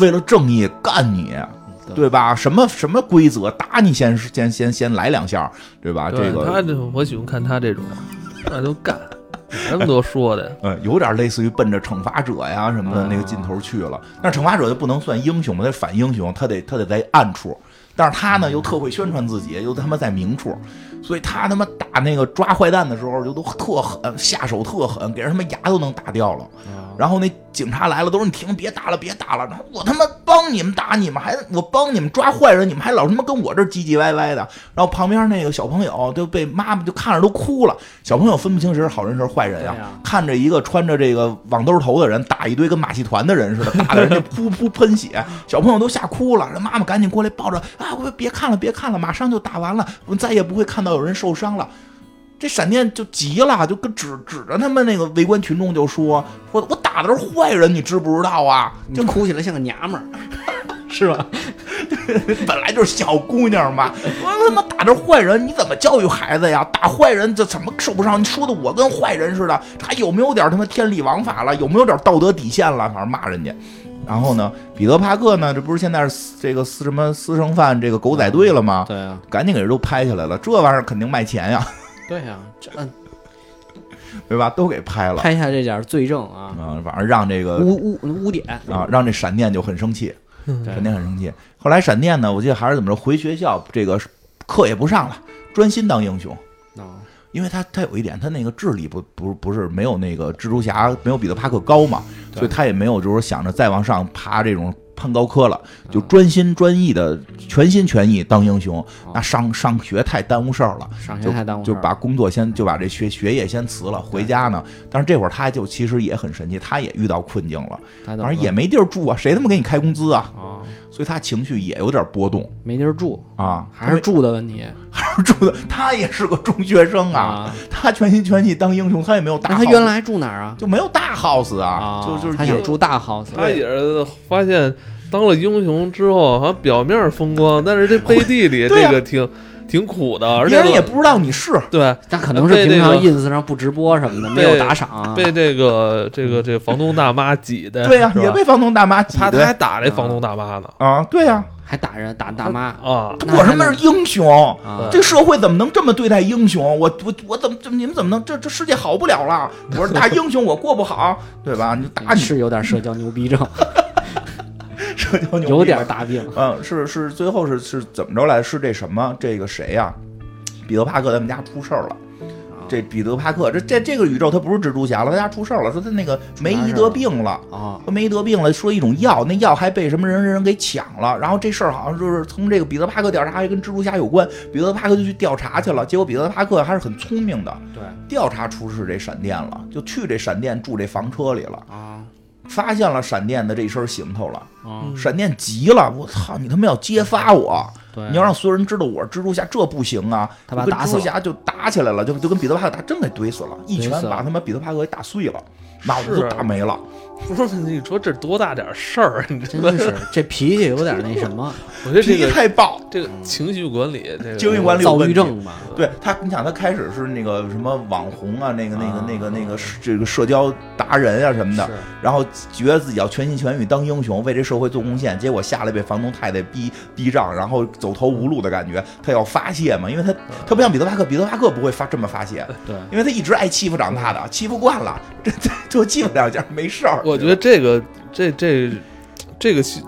为了正义干你。嗯对吧？什么什么规则打你先先先先来两下，对吧？对啊这个他这我喜欢看他这种，那都干，哪那么多说 的呀？呃，有点类似于奔着惩罚者呀什么的那个劲头去了。但是惩罚者就不能算英雄嘛，他反英雄，他得他得在暗处。但是他呢又特会宣传自己，又他妈在明处，所以他他妈打那个抓坏蛋的时候就都特狠，下手特狠，给人他妈牙都能打掉了。然后那警察来了，都说你停，别打了，别打了。然后我他妈帮你们打你们，还我帮你们抓坏人，你们还老他妈跟我这儿唧唧歪歪的。然后旁边那个小朋友就被妈妈就看着都哭了，小朋友分不清谁是好人谁是坏人呀、对呀看着一个穿着这个网兜头的人打一堆跟马戏团的人似的，打的人家噗噗喷血，小朋友都吓哭了。人妈妈赶紧过来抱着啊，我别看了，别看了，马上就打完了，我们再也不会看到有人受伤了。这闪电就急了，就跟指指着他们那个围观群众就说：“说我打的是坏人，你知不知道啊？ 就哭起来像个娘们儿，是吧？本来就是小姑娘嘛，我他妈打着坏人，你怎么教育孩子呀？打坏人这怎么受不上？你说的我跟坏人似的，还有没有点他妈天理王法了？有没有点道德底线了？反正骂人家。然后呢，彼得帕克呢，这不是现在是私这个私什么私生饭这个狗仔队了吗？对啊，赶紧给人都拍下来了，这玩意儿肯定卖钱呀，对啊，这对吧？都给拍了，拍下这点儿罪证啊，啊，反正让这个污污污点啊，让这闪电就很生气，嗯闪电很生气。后来闪电呢，我记得还是怎么着，回学校这个课也不上了，专心当英雄。啊，因为他他有一点，他那个智力不不不是没有那个蜘蛛侠没有彼得帕克高嘛，对所以他也没有就是想着再往上爬这种攀高科了，就专心专意的全心全意当英雄。那上上学太嗯耽误事儿了，上学就太耽误事就儿把工作先就把这学学业先辞了，回家呢。但是这会儿他就其实也很神奇，他也遇到困境了，他怎反么正也没地儿住啊，谁他妈给你开工资啊？啊，所以他情绪也有点波动没地儿住，啊，还是住的问题他住的， 他也是个中学生啊，啊。他全心全意当英雄，他也没有大那 house，他原来住哪儿啊？就没有大 house 啊，啊，就就是他也想住大 house，他也是发现当了英雄之后，好像表面风光，但是这背地里对啊这个挺、挺苦的，而别且人也啊不知道你是对但可能是被那平常个 ins 上不直播什么的，被没有打赏啊。被这个这个这个房东大妈挤的，对呀、啊是吧也被房东大妈挤他他还的打这房东大妈呢啊，对呀、还打人打大妈，啊！那我还他妈能是英雄。啊这社会怎么能这么对待英雄？我我我怎么这你们怎么能这这世界好不了了？我是大英雄，我过不好，对吧？你打你你是有点社交牛逼症，社交牛逼有点大病，嗯，是是，最后是是怎么着来？是这什么？这个谁呀、彼得帕克他们家出事儿了。这彼得帕克，这这这个宇宙他不是蜘蛛侠了，他家出事儿了，说他那个梅姨得病了，啊，说梅姨得病了，说一种药，那药还被什么人人给抢了，然后这事儿好像就是从这个彼得帕克调查还跟蜘蛛侠有关，彼得帕克就去调查去了，结果彼得帕克还是很聪明的，对调查出是这闪电了，就去这闪电住这房车里了，啊发现了闪电的这一身行头了。啊，嗯闪电急了，我操，你他妈要揭发我！对，你要让所有人知道我是蜘蛛侠，这不行啊！哎他把就他跟蜘打死蛛了，侠就打起来了，就就跟彼得帕克打，真给怼死了，一拳怼死了把他妈彼得帕克给打碎了，脑子是都啊打没了。不是你说这多大点儿事儿？啊你知道 真，是这脾气有点那什么，我觉得这脾气个太爆，这个情绪管理，这个情绪管理有躁问郁题症吧，对他，你想他开始是那个什么网红啊，那个那个啊那个那个这个社交达人啊什么的，是然后觉得自己要全心全意当英雄，为这社会做贡献，结果下来被房东太太逼逼账，然后走投无路的感觉，他要发泄嘛，因为他他不像彼得帕克，彼得帕克不会发这么发泄，对，因为他一直挨欺负长大的，欺负惯了， 这这就欺负两下没事儿。我觉得这个这这这个系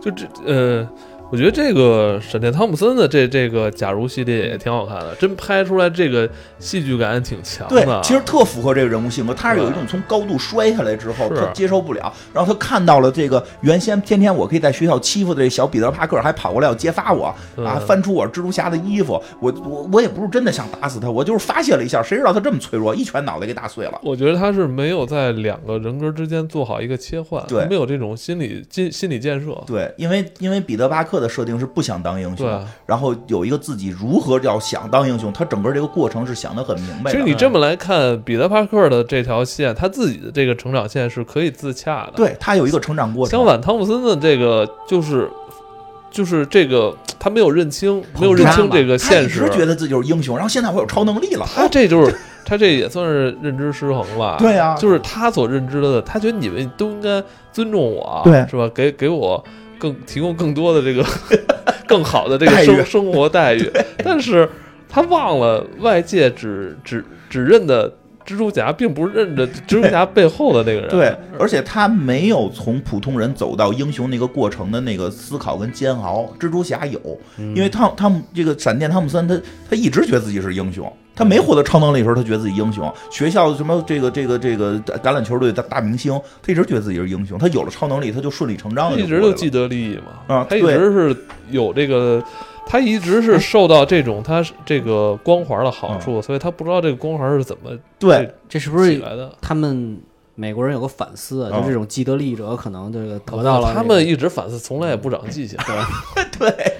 就这呃，我觉得这个闪电汤姆森的这这个假如系列也挺好看的，真拍出来这个戏剧感挺强对的。，其实特符合这个人物性格，他是有一对种从高度摔下来之后，是他接受不了，然后他看到了这个原先天天我可以在学校欺负的这小彼得帕克，还跑过来要揭发我对啊，翻出我蜘蛛侠的衣服，我我我也不是真的想打死他，我就是发泄了一下，谁知道他这么脆弱，一拳脑袋给打碎了。我觉得他是没有在两个人格之间做好一个切换，对没有这种心理心心理建设。对，因为因为彼得帕克的设定是不想当英对啊雄，然后有一个自己如何要想当英雄，他整个这个过程是想得很明白的。其实你这么来看，彼得·帕克的这条线，他自己的这个成长线是可以自洽的。对他有一个成长过程，相反，汤姆森的这个就是就是这个他没有认清，没有认清这个他一现实直，觉得自己就是英雄，然后现在我有超能力了，他这就是他这也算是认知失衡吧？对啊就是他所认知的，他觉得你们都应该尊重我，啊对是吧？给给我更提供更多的 这个更好的这个待遇生生活待遇，但是他忘了外界只只只认得蜘蛛侠，并不认得蜘蛛侠背后的那个人。对，而且他没有从普通人走到英雄那个过程的那个思考跟煎熬。蜘蛛侠有，嗯因为汤汤姆这个闪电汤姆森他他一直觉得自己是英雄，他没获得超能力的时候，他觉得自己英雄。学校什么这个这个这个橄榄球队的大明星，他一直觉得自己是英雄。他有了超能力，他就顺理成章他的一直都就过来既了得利益嘛，啊他一对直是有这个，他一直是受到这种他是这个光环的好处，所以他不知道这个光环是怎么嗯对这是不起是来的。他们美国人有个反思啊？嗯就这种既得利益者可能这个得到了他这个们一直反思，从来也不长记性。啊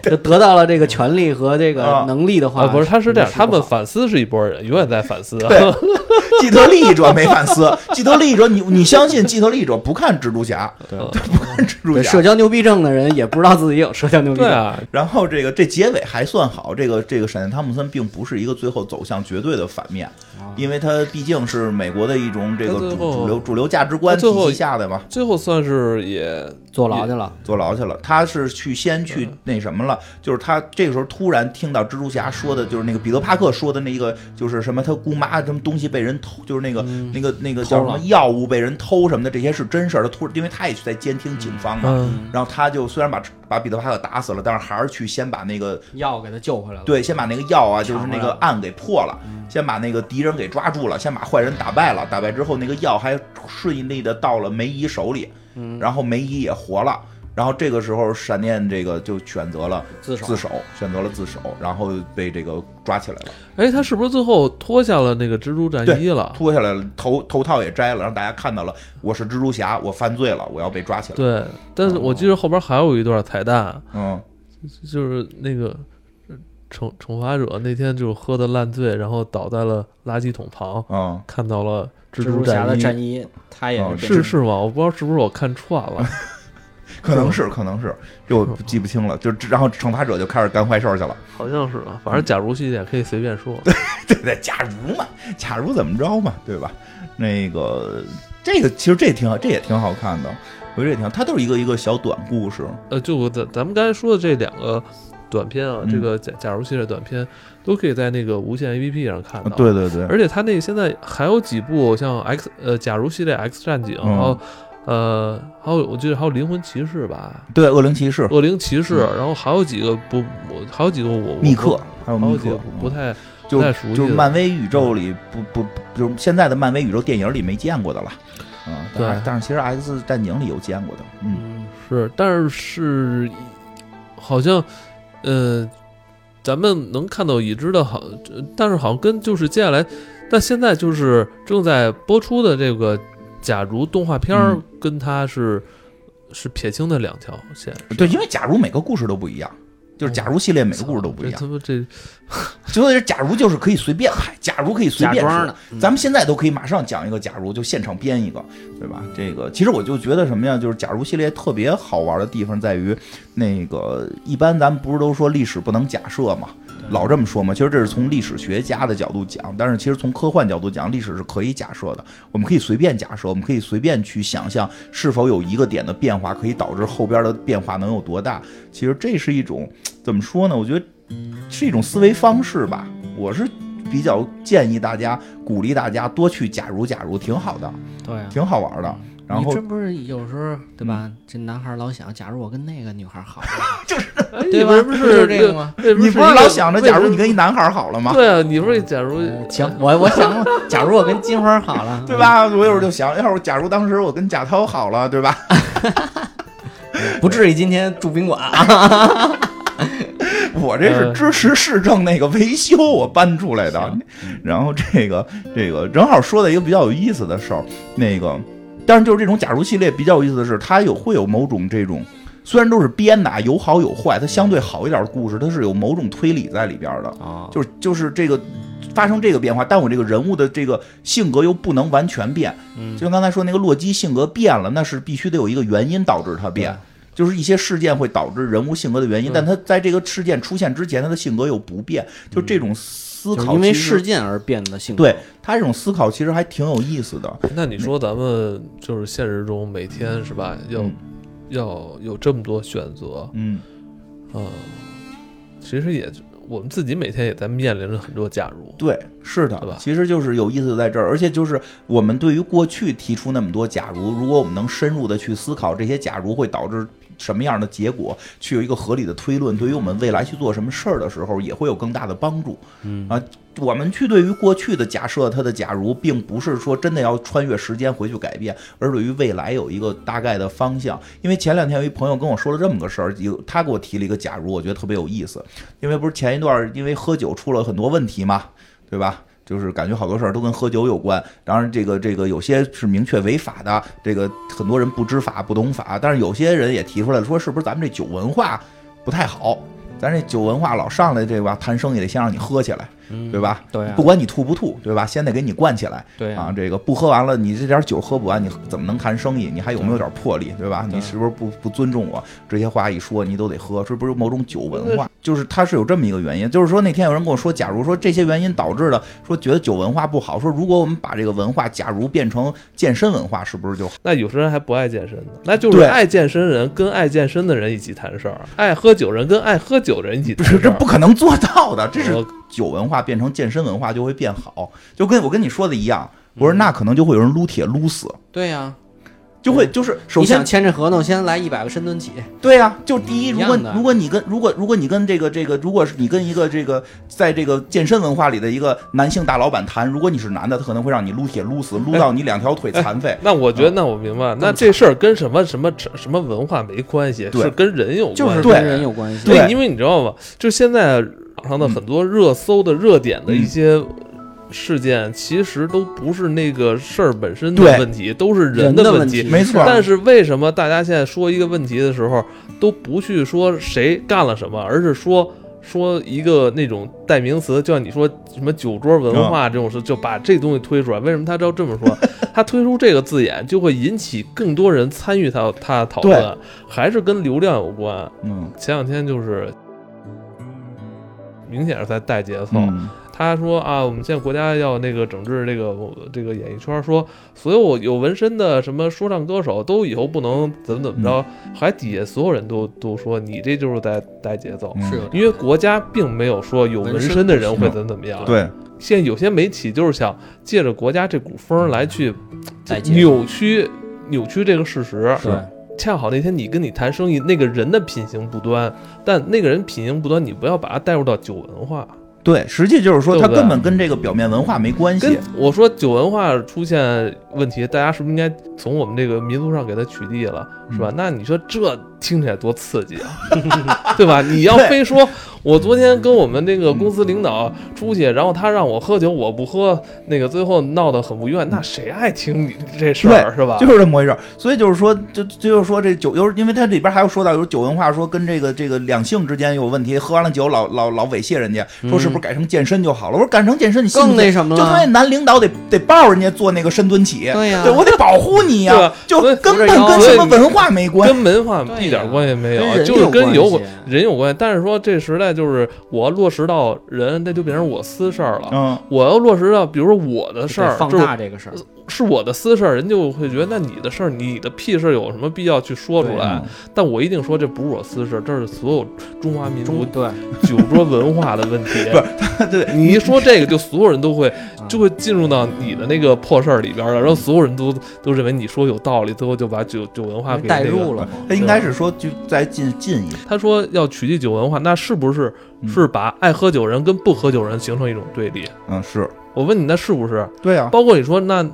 就得到了这个权利和这哦个能力的话，啊，不是，他是这样，不好他们反思是一拨人，永远在反思。啊对， 既得利益者没反思， 既得利益者你你相信既得利益者不看蜘蛛侠，对他 不看蜘蛛对侠，社交牛逼症的人也不知道自己有社交牛逼对症，啊，然后这个这结尾还算好，这个这个闪电汤姆森并不是一个最后走向绝对的反面，因为他毕竟是美国的一种这个啊他最主后主流主流价值观他最体后系下的嘛，最后算是也坐牢去了，坐牢去了。他是去先去那什么了，就是他这个时候突然听到蜘蛛侠说的，就是那个彼得帕克说的那一个，就是什么他姑妈什么东西被人偷，就是那个、那个那个叫什嗯偷么了药物被人偷什么的，这些是真事儿。他突然因为他也在监听警方嘛。嗯，然后他就虽然把把彼得帕克打死了，但是还是去先把那个药给他救回来了，对，先把那个药啊，就是抢那回来个了嗯案给破了，先把那个敌人给抓住了，先把坏人打败了，打败之后那个药还顺利的到了梅姨手里，嗯然后梅姨也活了。然后这个时候，闪电这个就选择了自首自首，选择了自首，然后被这个抓起来了，哎，他是不是最后脱下了那个蜘蛛战衣哦了？脱下来了，头头套也摘了，让大家看到了我是蜘蛛侠，我犯罪了，我要被抓起来。对，但是我记得后边还有一段彩蛋，嗯，就是那个呃惩惩罚者那天就喝的烂醉，然后倒在了垃圾桶旁，嗯，看到了蜘蜘蛛侠战的衣，战衣，他也哦被是是吗？我不知道是不是我看串 了。可能是，可能是，这 我记不清了。就然后惩罚者就开始干坏事儿去了。好像是啊吧，反正假如系列可以随便说。 对不对？假如嘛，假如怎么着嘛，对吧？那个这个其实这挺好，这也挺好看的，我觉得这挺好，它都是一个一个小短故事。呃，就我咱咱们刚才说的这两个短片啊，嗯这个假假如系列短片都可以在那个无线 APP 上看到。，啊对对对，而且它那个现在还有几部像 X 呃，假如系列 X 战警，嗯然后呃，还有我记得还有灵魂骑士吧，对，恶灵骑士、恶灵骑士，然后还有几个不，我还有几个我我嗯密克，嗯还有还有密几个克，不太就不太熟悉的就是漫威宇宙里不不不就是现在的漫威宇宙电影里没见过的了，嗯，但是对但是其实 X 战警里有见过的，嗯，嗯，是，但是好像，呃，咱们能看到已知的好，呃但是好像跟就是接下来，但现在就是正在播出的这个，假如动画片儿嗯跟它是、是撇清的两条线，是对，吧因为假如每个故事都不一样。就是假如系列每个故事都不一这样，他妈这所以假如就是可以随便拍，假如可以随假便装说的，嗯咱们现在都可以马上讲一个假如，就现场编一个，对吧？这个其实我就觉得什么呀，就是假如系列特别好玩的地方在于，那个一般咱们不是都说历史不能假设嘛，老这么说嘛。其实这是从历史学家的角度讲，但是其实从科幻角度讲，历史是可以假设的。我们可以随便假设，我们可以随便去想象是否有一个点的变化可以导致后边的变化能有多大。其实这是一种怎么说呢？我觉得是一种思维方式吧。我是比较建议大家、鼓励大家多去假如假如，挺好的，对啊，挺好玩的。然后嗯你这不是有时候对吧？这男孩老想，假如我跟那个女孩好，哎对吧你不就是是这个吗？这你是不是一老个想着，为假如什你哦跟一男孩儿好了吗？对啊，你不是假如行，我我想了，假如我跟金花 好了，对？吧？我有时候就想，要是假如当时我跟贾涛好了，对 吧？嗯不至于今天住宾馆啊。我这是呃支持市政那个维修我搬出来的行。然后这个这个正好说到一个比较有意思的事儿，那个，但是就是这种假如系列比较有意思的是，它有会有某种这种。虽然都是编的，啊，有好有坏，它相对好一点的故事，它是有某种推理在里边的。哦，就是就是这个发生这个变化，但我这个人物的这个性格又不能完全变。嗯就像刚才说那个洛基性格变了，那是必须得有一个原因导致他变。就是一些事件会导致人物性格的原因，嗯但他在这个事件出现之前，他的性格又不变，就这种思嗯就是考，因为其实事件而变得性格。对他这种思考其实还挺有意思的。那你说咱们就是现实中每天是吧，要、嗯要有这么多选择，嗯，呃，其实也我们自己每天也在面临着很多假如，对，是对的吧，其实就是有意思在这儿，而且就是我们对于过去提出那么多假如，如果我们能深入的去思考这些假如会导致什么样的结果，去有一个合理的推论，对于我们未来去做什么事儿的时候，也会有更大的帮助。嗯啊，我们去对于过去的假设，它的假如，并不是说真的要穿越时间回去改变，而对于未来有一个大概的方向。因为前两天有一朋友跟我说了这么个事儿，有他给我提了一个假如，我觉得特别有意思。因为不是前一段儿因为喝酒出了很多问题嘛，对吧？就是感觉好多事儿都跟喝酒有关，当然这个这个有些是明确违法的，这个很多人不知法不懂法，但是有些人也提出来了，说是不是咱们这酒文化不太好？咱这酒文化老上来这吧，谈生意得先让你喝起来，嗯对吧？对啊不管你吐不吐，对吧？先得给你灌起来。对啊，，这个不喝完了，你这点酒喝不完，你怎么能谈生意？你还有没有点魄力，对吧？对你是不是不不尊重我？这些话一说，你都得喝，这不是某种酒文化？就是它是有这么一个原因，就是说那天有人跟我说，假如说这些原因导致的，说觉得酒文化不好，说如果我们把这个文化，假如变成健身文化，是不是就好？那有些人还不爱健身呢，那就是对爱健身人跟爱健身的人一起谈事儿，爱喝酒人跟爱喝酒人一起不谈事是，儿，这不可能做到的，这是我酒文化变成健身文化就会变好，就跟我跟你说的一样，我说那可能就会有人撸铁撸死，对呀。啊就会就是首你先想签这合同，先来一百个深蹲起，对呀、就第一，一如果样的如果你跟如果如果你跟这个这个，如果是你跟一个这个在这个健身文化里的一个男性大老板谈，如果你是男的，他可能会让你撸铁撸死，撸到你两条腿残废。那我觉得，那我明白，那这事儿跟什么什么什么文化没关系，对是跟人有关系，就是对跟人有关系。对因为你知道吗？就现在网上的很多热搜的热点的一些事件，其实都不是那个事儿本身的对问题，都是人的问题。 没错但是为什么大家现在说一个问题的时候，都不去说谁干了什么，而是说说一个那种代名词，就像你说什么酒桌文化这种事，就把这东西推出来。为什么他要这么说？他推出这个字眼，就会引起更多人参与他他的讨论，还是跟流量有关。嗯前两天就是明显是在带节操。嗯他说啊，我们现在国家要那个整治这个这个演艺圈，说所有有纹身的什么说唱歌手都以后不能怎么怎么着，嗯还底下所有人都都说你这就是在带节奏。嗯是有因为国家并没有说有纹身的人会怎么怎么样，，对，现在有些媒体就是想借着国家这股风来去再见扭曲扭曲这个事实。是对恰好那天你跟你谈生意，那个人的品行不端，但那个人品行不端，你不要把他带入到酒文化。对，实际就是说，对它不对根本跟这个表面文化没关跟系。我说酒文化出现问题，大家是不是应该从我们这个民族上给它取缔了，是吧？那你说这听起来多刺激啊，对吧？你要非说我昨天跟我们那个公司领导出去，然后他让我喝酒，我不喝，那个最后闹得很不愉快，那谁爱听你这事儿是吧？就是这么回事儿，所以就是说，就就是说这酒，又是因为它里边还有说到，有酒文化说跟这个这个两性之间有问题，喝完了酒老老老猥亵人家，说嗯是不是改成健身就好了？我说改成健身你信不更信那什么就他了那男领导得得抱着人家做那个深蹲起，对呀我得保护你呀、对啊就所以根扶着本腰跟什么文化没关系。跟文化对一点呀关系没跟有，人就是有跟关有系关人有关系。但是说这时代就是我要落实到人，那就变成我私事儿了。嗯，我要落实到，比如说我的事得儿，放就是呃大这个事儿，是我的私事儿，人就会觉得那你的事儿，你的屁事儿有什么必要去说出嗯对啊来？但我一定说这不是我私事儿，这是所有中华民族中对酒桌文化的 问题。对，你一说这个，就所有人都会啊就会进入到你的那个破事儿里边儿了，然后所有人都都认为你说有道理，最后就把酒酒文化给、那个、嗯代入了嘛，他应啊该是说就再进进一步。他说要取缔酒文化，那是不是是把爱喝酒人跟不喝酒人形成一种对立？嗯，是我问你，那是不是？对啊，包括你说那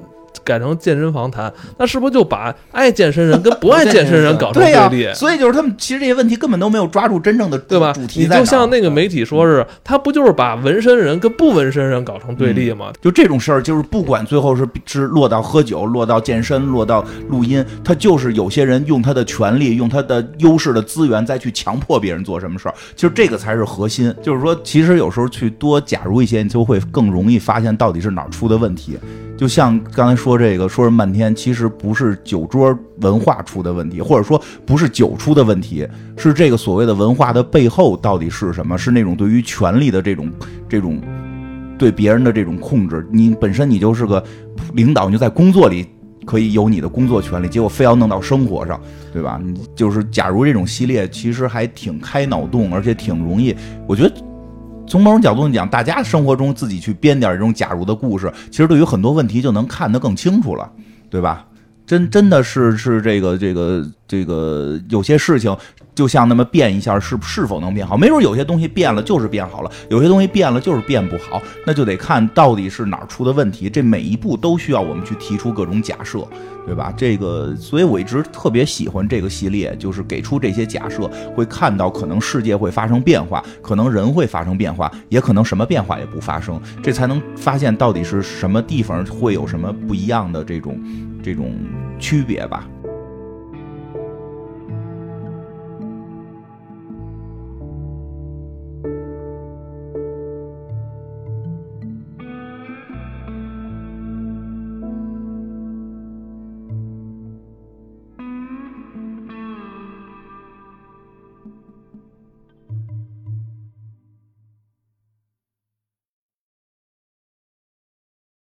改成健身房谈，那是不是就把爱健身人跟不爱健身人搞成对呀、立？所以就是他们其实这些问题根本都没有抓住真正的对吧主？题你在哪儿。就像那个媒体说是，他不就是把纹身人跟不纹身人搞成对立吗？就这种事儿，就是不管最后是是落到喝酒，落到健身，落到录音，他就是有些人用他的权利，用他的优势的资源再去强迫别人做什么事儿。其实这个才是核心。就是说，其实有时候去多假如一些，你就会更容易发现到底是哪儿出的问题。就像刚才说这个，说了半天，其实不是酒桌文化出的问题，或者说不是酒出的问题，是这个所谓的文化的背后到底是什么？是那种对于权力的这种这种对别人的这种控制，你本身你就是个领导，你就在工作里可以有你的工作权利，结果非要弄到生活上，对吧？你就是假如这种系列其实还挺开脑洞，而且挺容易，我觉得。从某种角度讲，大家生活中自己去编点这种假如的故事，其实对于很多问题就能看得更清楚了，对吧？真真的是是这个这个这个有些事情，就像那么变一下，是是否能变好？没准有些东西变了就是变好了，有些东西变了就是变不好，那就得看到底是哪儿出的问题。这每一步都需要我们去提出各种假设，对吧？这个，所以我一直特别喜欢这个系列，就是给出这些假设，会看到可能世界会发生变化，可能人会发生变化，也可能什么变化也不发生，这才能发现到底是什么地方会有什么不一样的这种这种区别吧。